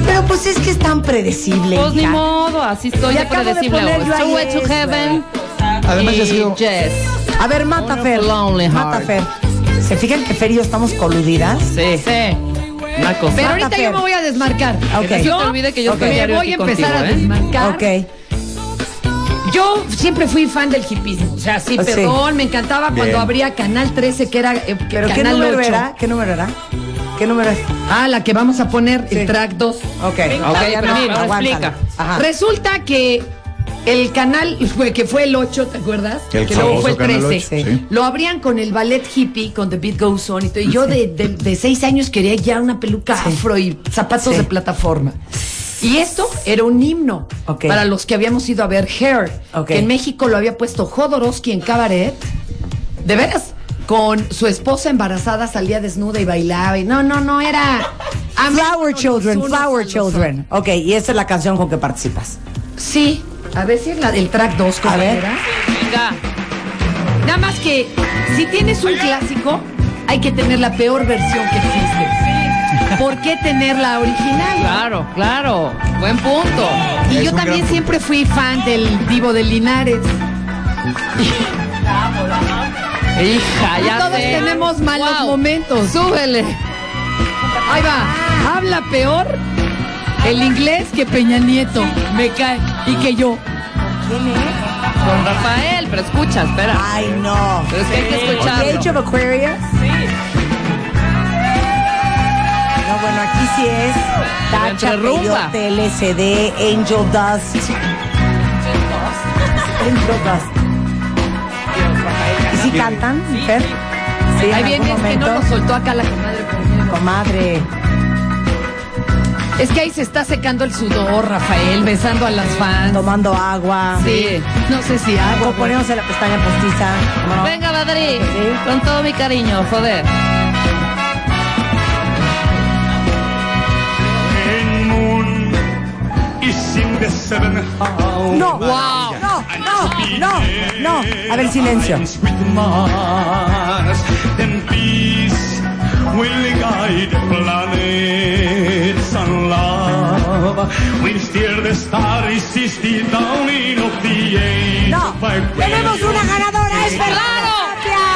Speaker 3: Pero pues es que es tan predecible.
Speaker 5: Pues ni
Speaker 3: hija.
Speaker 5: modo, así estoy
Speaker 3: Y
Speaker 5: de
Speaker 3: acabo de
Speaker 5: predecible.
Speaker 3: poner
Speaker 5: ahora.
Speaker 3: yo ahí
Speaker 5: Two Way to
Speaker 3: eso,
Speaker 5: Heaven
Speaker 7: Además, ya ha
Speaker 5: y
Speaker 7: sido.
Speaker 5: Jess.
Speaker 3: A ver, mata
Speaker 5: Wonderful
Speaker 3: Fer.
Speaker 5: Lonely
Speaker 3: Mata
Speaker 5: Heart.
Speaker 3: Fer. ¿Se fijan que Fer y yo estamos coludidas?
Speaker 5: Sí. Sí. Una cosa.
Speaker 2: Pero
Speaker 3: Mata,
Speaker 2: ahorita yo
Speaker 3: Fer.
Speaker 2: me voy a desmarcar.
Speaker 3: Ok.
Speaker 5: Que no se te olvide que yo
Speaker 3: Ok.
Speaker 5: estoy
Speaker 2: Me
Speaker 5: diario
Speaker 2: voy a
Speaker 5: aquí
Speaker 2: empezar a
Speaker 5: contigo, ¿eh?
Speaker 2: desmarcar.
Speaker 3: Ok.
Speaker 2: Yo siempre fui fan del hipismo. O sea, sí,
Speaker 3: Ah, Sí.
Speaker 2: perdón, me encantaba cuando
Speaker 7: Bien.
Speaker 2: abría Canal 13, que era eh,
Speaker 3: ¿Pero qué
Speaker 2: Canal
Speaker 3: número
Speaker 2: 8.
Speaker 3: era? ¿Qué número era? ¿Qué número es?
Speaker 2: Ah, la que vamos a poner,
Speaker 3: Sí.
Speaker 2: el track 2.
Speaker 3: Ok.
Speaker 5: Ok,
Speaker 3: ya
Speaker 5: pero mira, ahora
Speaker 3: aguántala.
Speaker 5: explica.
Speaker 3: Ajá.
Speaker 2: Resulta que el canal fue- que fue el 8, ¿te acuerdas?
Speaker 7: El
Speaker 2: que luego
Speaker 7: famoso
Speaker 2: fue el
Speaker 7: Canal
Speaker 2: 13.
Speaker 7: 8, sí.
Speaker 2: Lo abrían con el ballet hippie, con The Beat Goes On y todo. Y yo de, de, de seis años quería ya una peluca afro y zapatos
Speaker 3: Sí.
Speaker 2: de plataforma. Y esto era un himno
Speaker 3: Ok.
Speaker 2: para los que habíamos ido a ver Hair,
Speaker 3: Ok.
Speaker 2: que en México lo había puesto Jodorowsky en cabaret. De veras, con su esposa embarazada salía desnuda y bailaba. Y no, no, no, era.
Speaker 3: Flower Children,
Speaker 2: Unos a
Speaker 3: Flower
Speaker 2: los
Speaker 3: Children. Ok, y esta es la canción con que participas.
Speaker 2: Sí, a ver si es la del track 2,
Speaker 3: A ver.
Speaker 2: compañera.
Speaker 5: Venga.
Speaker 2: Nada más que si tienes un clásico, hay que tener la peor versión que existe. ¿Por qué tener la original?
Speaker 5: Claro, claro. Buen punto.
Speaker 2: Y
Speaker 7: Es
Speaker 2: yo
Speaker 7: un
Speaker 2: también
Speaker 7: gran-
Speaker 2: siempre fui fan del Divo de Linares.
Speaker 5: Hija,
Speaker 3: Pues
Speaker 5: ya
Speaker 2: Todos
Speaker 5: sé.
Speaker 2: tenemos malos
Speaker 5: Wow.
Speaker 2: momentos. Súbele. Ahí
Speaker 5: Ah.
Speaker 2: va. Habla peor el inglés que Peña Nieto. Me cae. Y que yo.
Speaker 5: Con Rafael, pero escucha, espera.
Speaker 3: Ay, no.
Speaker 5: Pero es que hay que
Speaker 3: The Age
Speaker 5: escucharlo.
Speaker 3: of Aquarius. Sí. No, bueno, aquí sí es Tacha,
Speaker 5: Entre rumba.
Speaker 3: Peyote, LSD, Angel Dust. Angel Dust. ¿Y si cantan, Fer? Sí,
Speaker 5: Ahí
Speaker 3: en
Speaker 5: viene, es
Speaker 3: algún
Speaker 5: que no
Speaker 3: momento.
Speaker 5: nos soltó acá la comadre. conmigo.
Speaker 3: Comadre.
Speaker 2: Es que ahí se está secando el sudor, Rafael, besando a las fans.
Speaker 3: Tomando agua.
Speaker 5: Sí.
Speaker 2: No sé si
Speaker 3: O
Speaker 2: hago.
Speaker 3: ponemos en la pestaña postiza. ¿cómo no?
Speaker 5: Venga, Madrid.
Speaker 3: Sí.
Speaker 5: Con todo mi cariño, joder.
Speaker 9: In moon is in the seven house.
Speaker 3: No,
Speaker 5: Wow.
Speaker 3: no, no, no, no. A ver, silencio.
Speaker 9: With Mars, then peace will guide planets and love. We'll steer the star resisted down in of the age
Speaker 3: No.
Speaker 9: of our
Speaker 3: Tenemos una ganadora, es Fernanda Tapia.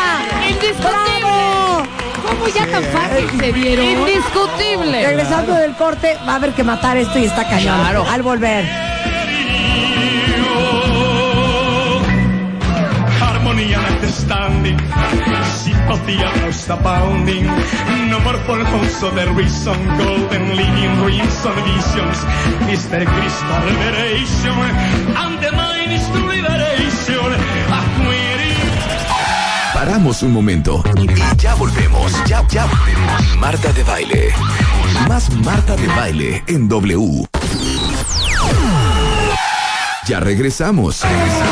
Speaker 5: ¡Indiscutible! ¿Cómo ya tan fácil se dieron? ¡Indiscutible!
Speaker 3: Regresando del corte, va a haber que matar esto y está cañón.
Speaker 5: Claro.
Speaker 3: Al volver.
Speaker 9: Harmony and understanding, sympathy almost abounding. No more for so the reason, golden living dreams and visions. Mr. Cristo revelation, and the mind is to liberation. Acquiring
Speaker 1: Paramos un momento y ya volvemos. Ya, ya volvemos. Marta de baile. Más Marta de baile en W. Ya regresamos. Regresamos.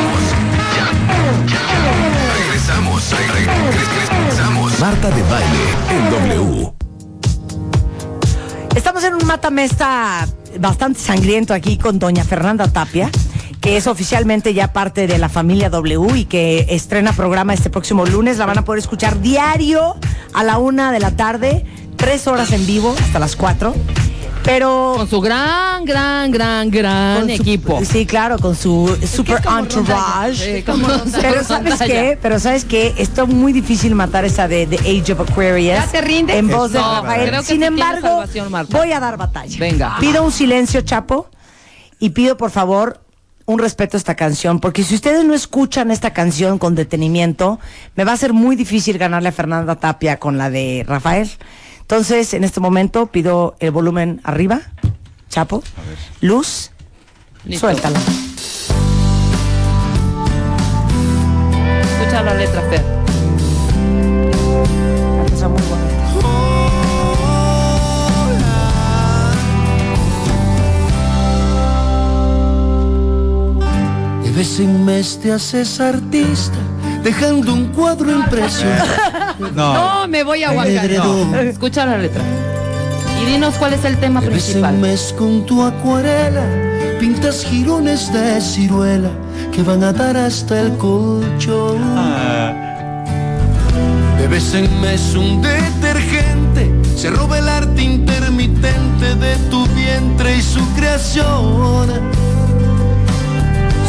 Speaker 1: Ya, ya, ya. Regresamos. Re- re- regresamos. Marta de baile en W.
Speaker 3: Estamos en un matamesta bastante sangriento aquí con doña Fernanda Tapia, que es oficialmente ya parte de la familia W y que estrena programa este próximo lunes. La van a poder escuchar diario a la una de la tarde, tres horas en vivo hasta las cuatro. Pero
Speaker 5: Con su gran, gran, gran, gran
Speaker 3: con su-
Speaker 5: equipo.
Speaker 3: Sí, claro, con su super entourage.
Speaker 5: Sí, como rondalla,
Speaker 3: Pero sabes
Speaker 5: rondalla.
Speaker 3: qué, pero sabes qué, está muy difícil matar esa de The Age of Aquarius.
Speaker 2: ¿Ya te rindes?
Speaker 3: En voz de
Speaker 5: No,
Speaker 3: Rafael.
Speaker 5: creo
Speaker 3: Sin
Speaker 5: que sí tiene
Speaker 3: embargo,
Speaker 5: salvación, Marta.
Speaker 3: voy a dar batalla.
Speaker 5: Venga.
Speaker 3: Pido un silencio, Chapo, y pido por favor un respeto a esta canción, porque si ustedes no escuchan esta canción con detenimiento, me va a ser muy difícil ganarle a Fernanda Tapia con la de Rafael. Entonces, en este momento pido el volumen arriba, Chapo, luz,
Speaker 5: Listo.
Speaker 3: suéltala.
Speaker 5: Escucha la letra, Fer.
Speaker 3: Son muy bonitas.
Speaker 10: If vez en mes te haces artista, dejando un cuadro impresionante.
Speaker 7: No.
Speaker 2: No, "Oh, me voy
Speaker 3: Eh,
Speaker 2: a aguantar.
Speaker 10: Pedrero,
Speaker 5: Escucha la letra. Y dinos cuál es el tema
Speaker 10: de vez en
Speaker 5: principal.
Speaker 10: mes con tu acuarela, pintas jirones de ciruela que van a dar hasta el colchón. Ah. De vez en mes un detergente se roba el arte intermitente de tu vientre y su creación.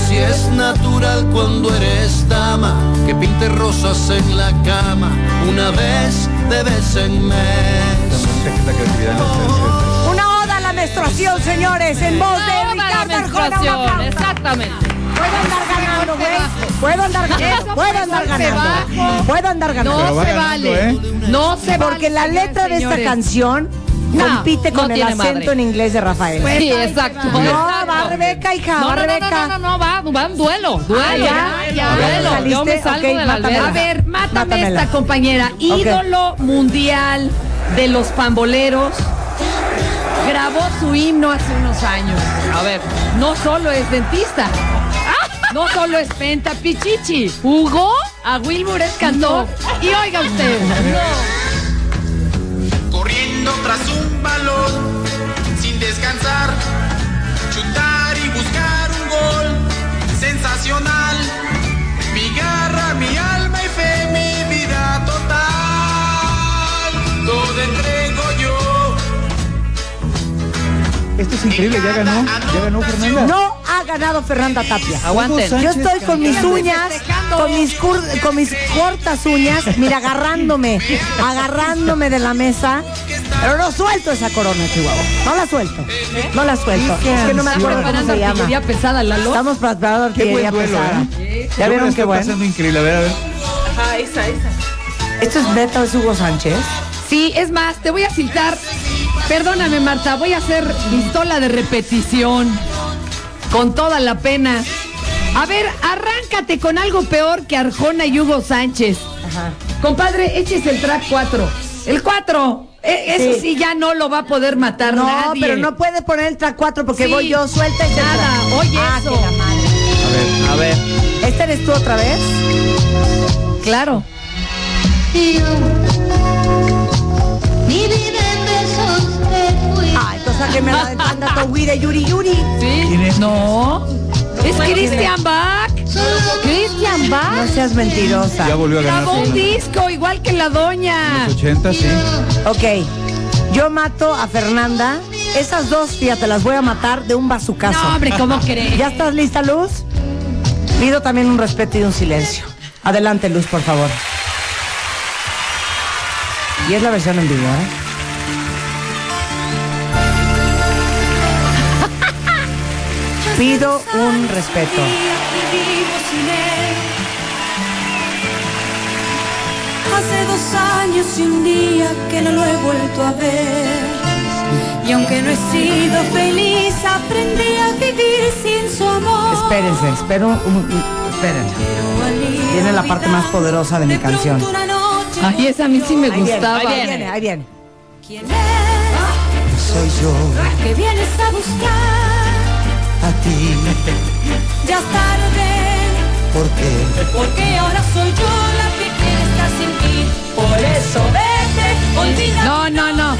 Speaker 10: Si es natural cuando eres dama que pinte rosas en la cama una vez de vez en mes.
Speaker 7: la creatividad en las mujeres.
Speaker 3: Una oda a la menstruación, señores, en voz de Ricardo Arjona. Un
Speaker 5: menstruación,
Speaker 3: aplauso.
Speaker 5: exactamente.
Speaker 3: Puedo andar ganando, güey. Puedo andar ganando.
Speaker 2: Eso
Speaker 3: Puedo
Speaker 2: fue
Speaker 3: andar
Speaker 2: golpe
Speaker 3: ganando.
Speaker 2: bajo.
Speaker 3: Puedo andar ganando.
Speaker 7: Pero
Speaker 2: No
Speaker 7: va
Speaker 2: se
Speaker 7: ganando,
Speaker 2: vale.
Speaker 7: ¿eh?
Speaker 2: No se vale.
Speaker 3: Porque la
Speaker 2: señoras,
Speaker 3: letra de esta
Speaker 2: señores.
Speaker 3: canción
Speaker 5: No,
Speaker 3: compite
Speaker 5: no
Speaker 3: con el
Speaker 5: tiene
Speaker 3: acento
Speaker 5: madre.
Speaker 3: en inglés de Rafael.
Speaker 2: Pues,
Speaker 5: Sí,
Speaker 2: ahí
Speaker 5: exacto.
Speaker 2: te
Speaker 3: no,
Speaker 2: va.
Speaker 5: exacto.
Speaker 3: va Rebeca, hija,
Speaker 5: No,
Speaker 3: va
Speaker 5: no, no,
Speaker 3: Rebeca.
Speaker 5: no, no, no, va, va en duelo, duelo,
Speaker 3: Ah, ya, ya.
Speaker 5: duelo. Yo me
Speaker 3: ¿Saliste?
Speaker 5: salgo
Speaker 3: Ok,
Speaker 5: de la
Speaker 3: mátame.
Speaker 5: alberca.
Speaker 2: A ver, mátame
Speaker 3: Mátamela.
Speaker 2: esta compañera. Ídolo mundial de los pamboleros. Grabó su himno hace unos años.
Speaker 5: A ver,
Speaker 2: No solo es dentista. No solo es penta pichichi. Hugo a Wilbur es cantor. Y oiga usted.
Speaker 10: corriendo tras un balón sin descansar, chutar y buscar un gol sensacional. Mi garra, mi alma y fe, mi vida total, todo entrego yo.
Speaker 7: Esto es increíble, ya ganó. Ya ganó Fernanda.
Speaker 3: No ha ganado Fernanda Tapia.
Speaker 5: aguanten.
Speaker 3: Yo estoy con mis uñas, con mis, cur- con mis cortas uñas, mira, agarrándome, agarrándome de la mesa. Pero no suelto esa corona, Chihuahua. No la suelto. No la suelto. Es que no me acuerdo cómo
Speaker 2: Preparando
Speaker 3: se
Speaker 2: artillería
Speaker 3: llama.
Speaker 2: pesada, Lalo.
Speaker 3: Estamos preparando
Speaker 7: Qué
Speaker 3: artillería
Speaker 7: buen duelo,
Speaker 3: pesada. ¿Ya
Speaker 7: ¿eh? Yo me la
Speaker 3: vieron qué
Speaker 7: estoy
Speaker 3: bueno?
Speaker 7: pasando increíble. A ver, a ver.
Speaker 8: Ajá, esa, esa.
Speaker 3: Esto es neta, es Hugo Sánchez.
Speaker 2: Sí, es más, te voy a citar. Perdóname, Marta, voy a hacer pistola de repetición. Con toda la pena. A ver, arráncate con algo peor que Arjona y Hugo Sánchez. Compadre, eches el track 4. El 4. Eso
Speaker 3: Sí.
Speaker 2: sí ya no lo va a poder matar
Speaker 3: No,
Speaker 2: nadie.
Speaker 3: pero no puede poner el track 4 porque
Speaker 2: Sí.
Speaker 3: voy yo suelta y
Speaker 2: Nada, oye
Speaker 3: ah,
Speaker 2: eso.
Speaker 3: que la madre.
Speaker 7: A ver.
Speaker 5: A ver,
Speaker 3: ¿Esta eres tú otra vez?
Speaker 2: Claro.
Speaker 3: Ah, entonces a que me la demanda tu güey de Yuri Yuri.
Speaker 5: sí.
Speaker 2: No. Es Christian Bach. Christian
Speaker 3: No
Speaker 2: Bach.
Speaker 3: seas
Speaker 7: Ya
Speaker 3: mentirosa.
Speaker 7: volvió a ganar.
Speaker 2: Grabó un
Speaker 7: Fernanda.
Speaker 2: disco igual que la doña.
Speaker 7: 80, sí.
Speaker 3: Ok. Yo mato a Fernanda. Esas dos, fíjate, las voy a matar de un bazucazo.
Speaker 2: No, hombre, ¿cómo crees?
Speaker 3: ¿Ya estás lista, Luz? Pido también un respeto y un silencio. Adelante, Luz, por favor. Y es la versión en vivo, (laughs) ¿eh? Pido un respeto.
Speaker 11: Hace dos años y un día que no lo he vuelto a ver. Y aunque no he sido feliz, aprendí a vivir sin su amor.
Speaker 3: Espérense, espero un- un- espérense.
Speaker 11: Pero al ir
Speaker 3: Viene la parte más poderosa de mi
Speaker 11: olvidando,
Speaker 3: canción.
Speaker 11: pronto una noche
Speaker 2: Ay, esa a mí sí me
Speaker 3: Ahí viene,
Speaker 2: gustaba.
Speaker 3: ahí viene, ahí viene.
Speaker 11: ¿Quién es?
Speaker 10: Soy yo
Speaker 11: Que vienes a buscar.
Speaker 10: a ti,
Speaker 11: Ya es tarde,
Speaker 10: porque
Speaker 11: porque ahora soy yo la que quiere estar sin ti. Por eso vete, olvida.
Speaker 2: No, no, no.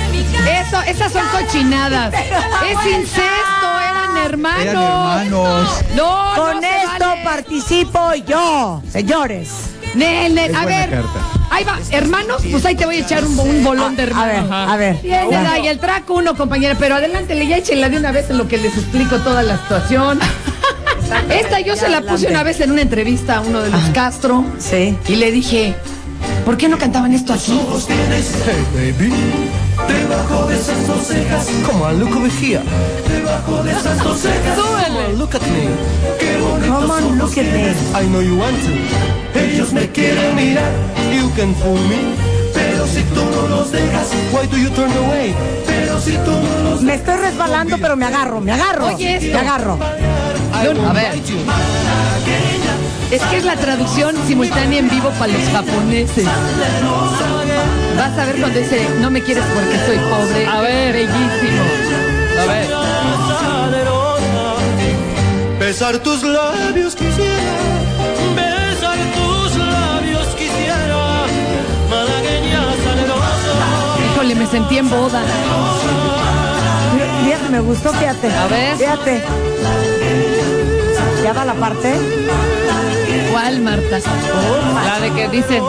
Speaker 2: Eso, esas son cochinadas. Es incesto, eran hermanos.
Speaker 7: Eran hermanos.
Speaker 2: No, no
Speaker 3: Con
Speaker 2: se
Speaker 3: esto
Speaker 2: vale.
Speaker 3: participo yo, señores.
Speaker 2: Nel, Nel,
Speaker 7: Es
Speaker 2: a
Speaker 7: buena
Speaker 2: ver.
Speaker 7: carta.
Speaker 2: Ahí va, hermanos, pues ahí te voy a echar un, un bolón de
Speaker 3: A ver,
Speaker 2: hermanos.
Speaker 3: a ver.
Speaker 2: Tiene
Speaker 3: Va.
Speaker 2: ahí el track uno, compañera, pero adelántele, ya échenla de una vez en lo que les explico toda la situación. Esta yo se la puse una vez en una entrevista a uno de los Castro
Speaker 3: Sí.
Speaker 2: y le dije, ¿por qué no cantaban esto así?
Speaker 10: como a Luco Mejía.
Speaker 2: Súbele.
Speaker 10: Look at me,
Speaker 3: Come on, look at me.
Speaker 10: I know you want to. Ellos me quieren mirar, you can fool me. Pero si tú no los dejas, why do you turn away? Pero si tú no los
Speaker 3: Me estoy resbalando, pero me agarro, me agarro.
Speaker 2: Oye, esto.
Speaker 3: Me agarro.
Speaker 2: a ver. Es que es la traducción simultánea en vivo para los japoneses. Vas a ver cuando dice, no me quieres porque soy pobre.
Speaker 5: A ver.
Speaker 2: Bellísimo.
Speaker 5: A ver.
Speaker 12: Besar tus labios quisiera, besar tus labios quisiera, malagueña salerosa.
Speaker 2: Híjole, me sentí en boda.
Speaker 3: Vieja, me gustó, fíjate. A ver. Fíjate. ¿Ya va la parte?
Speaker 2: ¿Cuál, Marta?
Speaker 5: La de que dicen.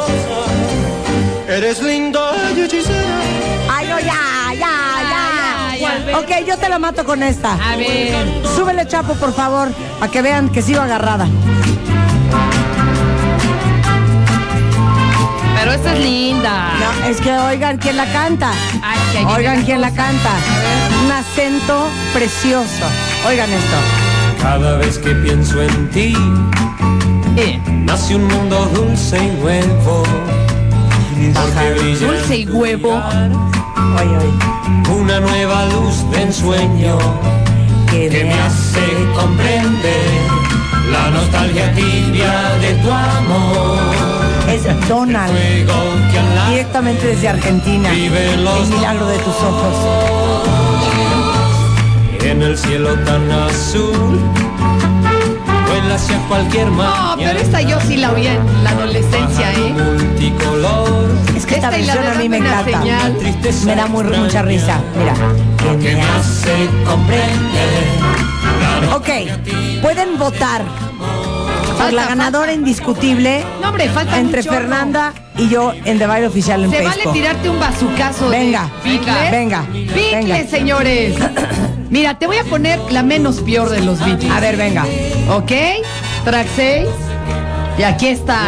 Speaker 12: Eres linda y hechicera.
Speaker 3: Ay, no, ya, ya, ya. Ok, yo te la mato con esta. A ver. Súbele, Chapo, por favor, para que vean que sigo agarrada.
Speaker 5: Pero esta es linda.
Speaker 3: No, es que oigan quién la canta. Oigan quién la canta. Un acento precioso. Oigan esto.
Speaker 12: Cada vez que pienso en ti,
Speaker 2: Eh.
Speaker 12: nace un mundo dulce y nuevo. Porque brilla en
Speaker 2: Dulce y huevo.
Speaker 12: una nueva luz de ensueño que me hace comprender la nostalgia tibia de tu amor.
Speaker 3: Es Donald. Directamente desde Argentina. El milagro de tus ojos.
Speaker 12: En el cielo tan azul, vuela hacia cualquier
Speaker 2: No,
Speaker 12: mar.
Speaker 2: pero esta yo sí la oía en la adolescencia, ¿eh?
Speaker 12: Multicolor.
Speaker 3: Es que esta,
Speaker 2: Esta y la
Speaker 3: versión
Speaker 2: de
Speaker 3: a mí me
Speaker 2: Dame
Speaker 3: encanta.
Speaker 2: una señal.
Speaker 3: Me da muy, mucha risa. Mira.
Speaker 12: que me hace comprender.
Speaker 3: Ok, pueden votar por Pues la ganadora indiscutible
Speaker 2: No, hombre, falta
Speaker 3: entre
Speaker 2: un chorro.
Speaker 3: Fernanda y yo en The Baile Oficial en
Speaker 2: Se vale
Speaker 3: Facebook.
Speaker 2: tirarte un bazucazo
Speaker 3: Venga,
Speaker 2: de Beatles.
Speaker 3: venga,
Speaker 2: Beatles,
Speaker 3: venga. (coughs)
Speaker 2: señores. Mira, te voy a poner la menos peor de los Beatles. A
Speaker 3: ver, venga.
Speaker 2: ¿Ok? Track 6. Y aquí está.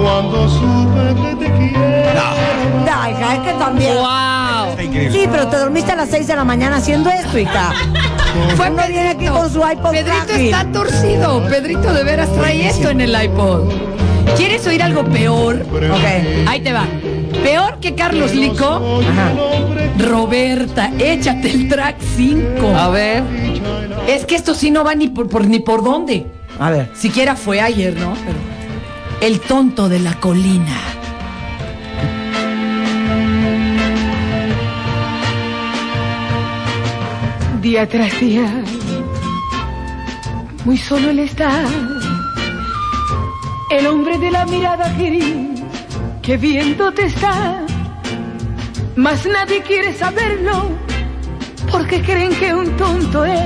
Speaker 9: Cuando supe que te quiero.
Speaker 3: Ay, hija, es que también.
Speaker 5: ¡Wow!
Speaker 9: increíble.
Speaker 3: Sí, pero te dormiste a las 6 de la mañana haciendo esto, hija.
Speaker 2: Fue
Speaker 3: Uno viene aquí con su iPod
Speaker 2: Pedrito
Speaker 3: frágil.
Speaker 2: está torcido. Pedrito de veras trae esto en el iPod. ¿Quieres oír algo peor?
Speaker 3: Ok.
Speaker 2: Ahí te va. Peor que Carlos Lico. Roberta, échate el track 5.
Speaker 5: A ver.
Speaker 2: Es que esto sí no va ni por, por- ni por dónde.
Speaker 3: A ver.
Speaker 2: Siquiera fue ayer, ¿no? Pero- El tonto de la colina.
Speaker 13: Día tras día, muy solo él está. El hombre de la mirada gris, que viéndote está. Mas nadie quiere saberlo, porque creen que un tonto es.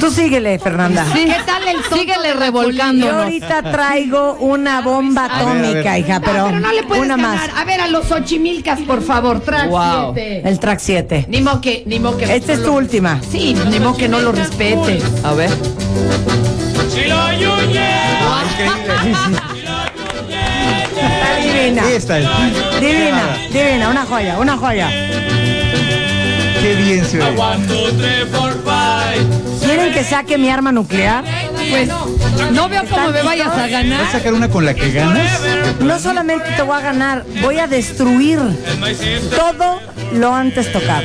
Speaker 3: Tú síguele, Fernanda.
Speaker 2: ¿Qué tal el tonto? Síguele
Speaker 3: Yo ahorita traigo una bomba atómica, hija, pero,
Speaker 2: pero no le puedes
Speaker 3: una
Speaker 2: ganar.
Speaker 3: más.
Speaker 2: A ver, a los Ochimilcas, por favor, track
Speaker 3: Wow.
Speaker 2: 7.
Speaker 3: El track 7.
Speaker 2: Ni modo que, ni modo que.
Speaker 3: Esta Este es
Speaker 2: no
Speaker 3: tu
Speaker 2: lo-
Speaker 3: última.
Speaker 2: Sí, ni modo que no lo respete.
Speaker 5: A ver.
Speaker 3: Divina.
Speaker 7: Sí, está el-
Speaker 3: Divina, divina, una joya, una joya.
Speaker 7: Qué bien se oye.
Speaker 3: ¿Quieren que saque mi arma nuclear?
Speaker 2: Pues no veo cómo me vayas a
Speaker 7: ¿Vas a
Speaker 2: ganar.
Speaker 7: sacar una con la que ganas?
Speaker 3: No solamente te voy a ganar, voy a destruir todo lo antes tocado.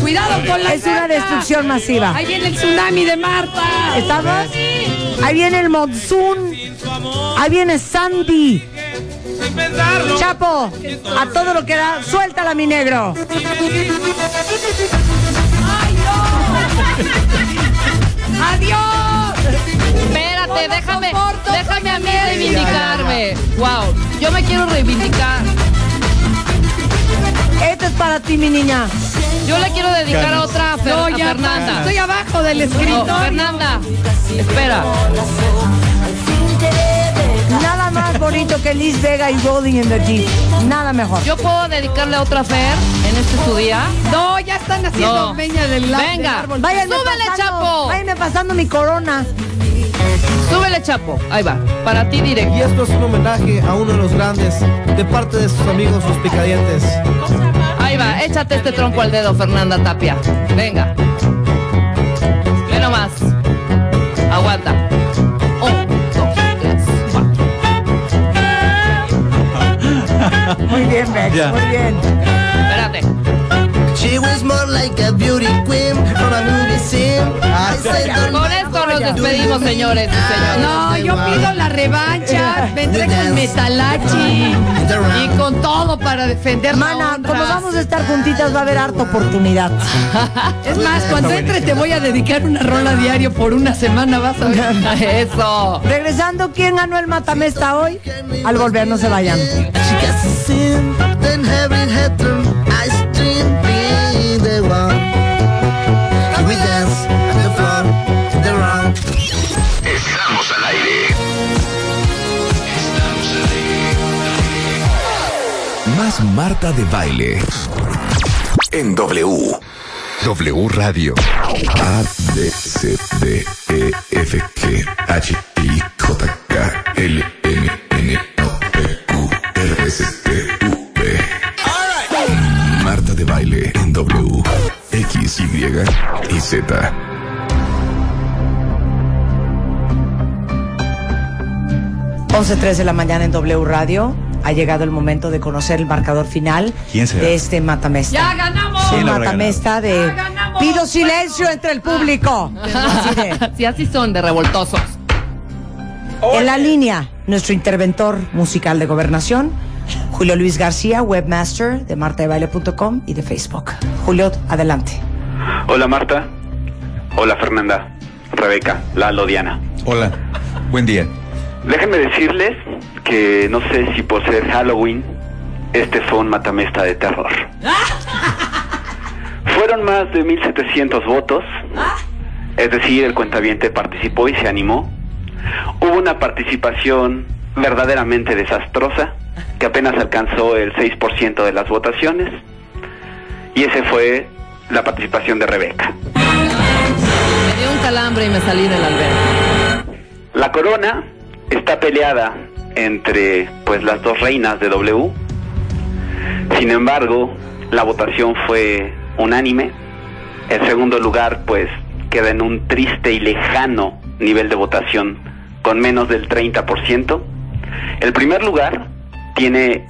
Speaker 2: Cuidado con la
Speaker 3: Es una
Speaker 2: Marta.
Speaker 3: destrucción masiva.
Speaker 2: Ahí viene el tsunami de Marta.
Speaker 3: ¿Estamos? Ahí viene el monzón. Ahí viene Sandy. Chapo, a todo lo que da, suéltala mi negro.
Speaker 2: ¡Adiós!
Speaker 5: Espérate, déjame, déjame a mí reivindicarme. Wow, yo me quiero reivindicar.
Speaker 3: Esto es para ti, mi niña.
Speaker 5: Yo le quiero dedicar a otra a, Fer-
Speaker 2: No,
Speaker 5: a
Speaker 2: ya,
Speaker 5: Fernanda.
Speaker 2: estoy abajo del
Speaker 5: No,
Speaker 2: escrito.
Speaker 5: Fernanda, espera.
Speaker 3: Nada más bonito que Liz Vega y Golding in the Jeep. Nada mejor.
Speaker 5: Yo puedo dedicarle a otra Fer en este su día.
Speaker 2: No, ya están haciendo
Speaker 5: No.
Speaker 2: peña del la- del
Speaker 5: Venga,
Speaker 2: árbol.
Speaker 3: Váyanme
Speaker 5: súbele,
Speaker 3: pasando-
Speaker 5: Chapo.
Speaker 3: Váyanme pasando mi corona.
Speaker 5: Súbele, Chapo. Ahí va. Para ti directo.
Speaker 12: Y esto es un homenaje a uno de los grandes, de parte de sus amigos, los picadientes.
Speaker 5: Ahí va. Échate este tronco al dedo, Fernanda Tapia. Venga. Ve nomás. Aguanta. Un, dos, tres, cuatro.
Speaker 3: Muy bien, Bex,
Speaker 7: Ya.
Speaker 3: muy bien.
Speaker 5: Espérate.
Speaker 12: She was more like a beauty queen from a movie scene. I said,
Speaker 5: Con esto nos despedimos, señores y señoras.
Speaker 2: No, yo pido la (laughs) revancha. Vendré con Metalachi y con todo para defender la
Speaker 3: Mana,
Speaker 2: honra.
Speaker 3: como vamos a estar juntitas, va a haber harta oportunidad.
Speaker 2: Es más, cuando entre te voy a dedicar una rola diario por una semana, vas a ver. (laughs) Eso.
Speaker 3: Regresando, ¿quién ganó el matamesta hoy? Al volver, no se vayan.
Speaker 14: She gets to sin, then having headroom, ice cream being the one. And we dance on the floor, in the round.
Speaker 1: Estamos al aire. Más Marta de baile. En W. W Radio. A, B, C, D, E, F, G, H, I, J, K, L, M, N, O, P, Q, R, S, T, U, V. Marta de baile en W. X, Y y Z.
Speaker 3: tres de la mañana en W Radio. Ha llegado el momento de conocer el marcador final
Speaker 7: ¿Quién será?
Speaker 3: de este matamesta.
Speaker 7: ¡Ya ganamos! pues. ¿Quién
Speaker 3: Un
Speaker 7: habrá
Speaker 3: matamesta de pido silencio entre el público. Así de-
Speaker 5: Si así son de revoltosos.
Speaker 3: En la línea, nuestro interventor musical de gobernación, Julio Luis García, webmaster de martadebaile.com y de Facebook. Julio, adelante.
Speaker 15: Hola Marta. Hola Fernanda. Rebeca. Lalo Diana.
Speaker 7: Hola. Buen día.
Speaker 15: Déjenme decirles que no sé si por ser Halloween, este fue un matamesta
Speaker 12: (laughs)
Speaker 15: de terror. Fueron más de 1700 votos. Es decir, el cuentaviente participó y se animó. Hubo una participación verdaderamente desastrosa que apenas alcanzó el 6% de las votaciones. Y ese fue la participación de Rebeca.
Speaker 5: Me dio un calambre y me salí del albergue.
Speaker 15: La corona está peleada entre pues las dos reinas de W. Sin embargo, la votación fue unánime. El segundo lugar pues queda en un triste y lejano nivel de votación con menos del 30%. El primer lugar tiene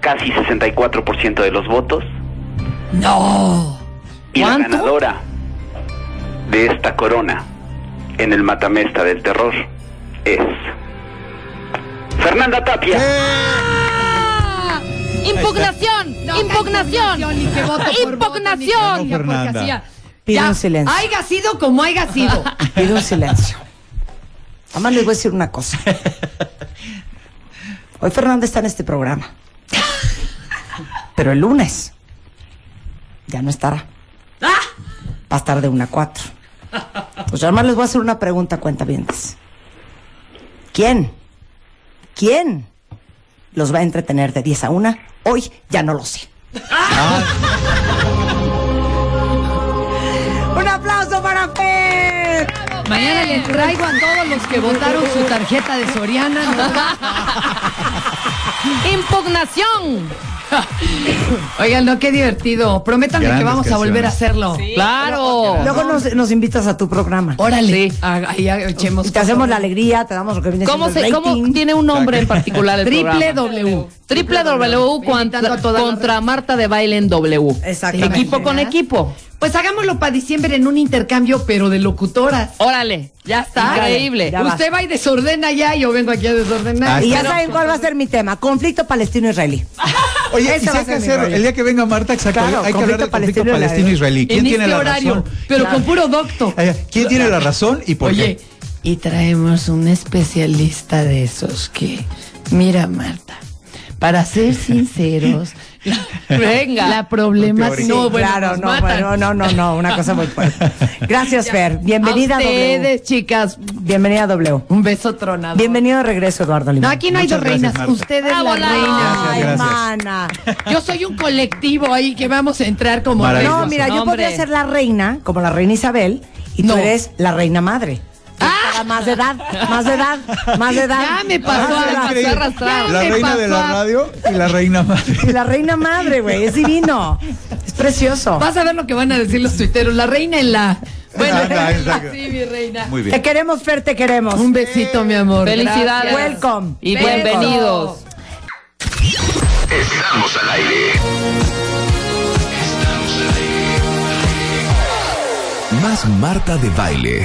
Speaker 15: casi 64% de los votos.
Speaker 2: No.
Speaker 15: Y la ganadora de esta corona en el matamesta del terror es Fernanda Tapia.
Speaker 5: Impugnación, impugnación, impugnación.
Speaker 3: Pido
Speaker 2: Ya,
Speaker 3: un silencio.
Speaker 2: Haiga sido como haiga
Speaker 3: (laughs)
Speaker 2: sido.
Speaker 3: Pido un silencio. Además les voy a decir una cosa. Hoy Fernanda está en este programa. Pero el lunes ya no estará. Va a estar de 1 a 4. Pues yo además les voy a hacer una pregunta, cuentavientes. ¿Quién? ¿Quién los va a entretener de 10 a 1? Hoy ya no lo sé. Un aplauso para Fer.
Speaker 2: Mañana les traigo a todos los que votaron su tarjeta de Soriana. (laughs) ¿no?
Speaker 5: Impugnación.
Speaker 2: Oigan, no, qué divertido. Prométanme que
Speaker 3: Grandes
Speaker 2: vamos a volver a
Speaker 3: canciones.
Speaker 2: hacerlo.
Speaker 3: Claro. Luego nos, nos invitas a tu programa.
Speaker 2: Órale. Ah, ahí ah, echemos
Speaker 3: Y te hacemos la alegría, te damos lo que viene
Speaker 5: ¿Cómo,
Speaker 3: siendo
Speaker 5: se,
Speaker 3: el rating.
Speaker 5: ¿Cómo tiene un nombre en particular
Speaker 2: este
Speaker 5: el
Speaker 3: Triple
Speaker 5: programa?
Speaker 2: W.
Speaker 5: Triple W contra, contra Marta de Baile en W.
Speaker 2: Exactamente.
Speaker 5: Equipo con equipo.
Speaker 2: Pues hagámoslo para diciembre en un intercambio, pero de locutoras.
Speaker 5: Órale, ya está. Increíble.
Speaker 2: Ya Usted va y desordena ya, yo vengo aquí a
Speaker 7: Ah,
Speaker 2: desordenar.
Speaker 3: Y ya saben cuál va a ser mi tema, conflicto palestino-israelí.
Speaker 7: Oye,
Speaker 3: Ese
Speaker 7: y si
Speaker 3: va a
Speaker 7: hay
Speaker 3: ser
Speaker 7: que
Speaker 3: mi
Speaker 7: hacer,
Speaker 3: rollo.
Speaker 7: el día que venga Marta, exacto,
Speaker 3: Claro,
Speaker 7: hay que hablar del conflicto
Speaker 3: conflicto
Speaker 7: palestino-israelí. ¿Quién tiene
Speaker 3: este
Speaker 7: la razón?
Speaker 2: este Pero
Speaker 7: Claro.
Speaker 2: con puro docto.
Speaker 7: ¿Quién tiene la razón y por
Speaker 2: Oye,
Speaker 7: qué?
Speaker 2: y traemos un especialista de esos que, mira Marta, para
Speaker 7: (laughs)
Speaker 2: ser (laughs) sinceros,
Speaker 5: Venga.
Speaker 2: la problema
Speaker 3: No, claro, no, bueno, no, no, no, una cosa muy fuerte. Gracias, Fer. Bienvenida
Speaker 2: A
Speaker 3: a W.
Speaker 2: ustedes, chicas.
Speaker 3: Bienvenida a W.
Speaker 2: Un beso tronado.
Speaker 3: Bienvenido de regreso, Eduardo Limón.
Speaker 2: No, aquí no hay dos reinas. Ustedes las reinas.
Speaker 3: Ay,
Speaker 2: Gracias,
Speaker 3: mana.
Speaker 2: Yo soy un colectivo ahí que vamos a entrar como reinas.
Speaker 3: No, mira, yo podría ser la reina, como la reina Isabel, y tú eres la reina madre. Cada Más de edad, más de edad, más de edad.
Speaker 2: Ya me pasó,
Speaker 3: Más de
Speaker 2: me
Speaker 3: edad.
Speaker 2: pasó
Speaker 7: Ah, Increíble.
Speaker 2: arrastrada.
Speaker 7: La
Speaker 2: me
Speaker 7: reina de la
Speaker 2: pasó.
Speaker 7: radio y la reina madre.
Speaker 3: (laughs) Y la reina madre, güey, es divino. Es precioso.
Speaker 2: Vas a ver lo que van a decir los tuiteros. La reina en la. Bueno,
Speaker 3: Ajá, exacto.
Speaker 2: (laughs) sí, mi reina.
Speaker 7: Muy
Speaker 3: Te queremos, Fer, te queremos.
Speaker 2: Un besito, mi amor.
Speaker 5: Felicidades.
Speaker 2: Gracias.
Speaker 3: Welcome.
Speaker 5: Y
Speaker 2: Beso.
Speaker 5: bienvenidos.
Speaker 1: Estamos al aire. Más Marta de baile.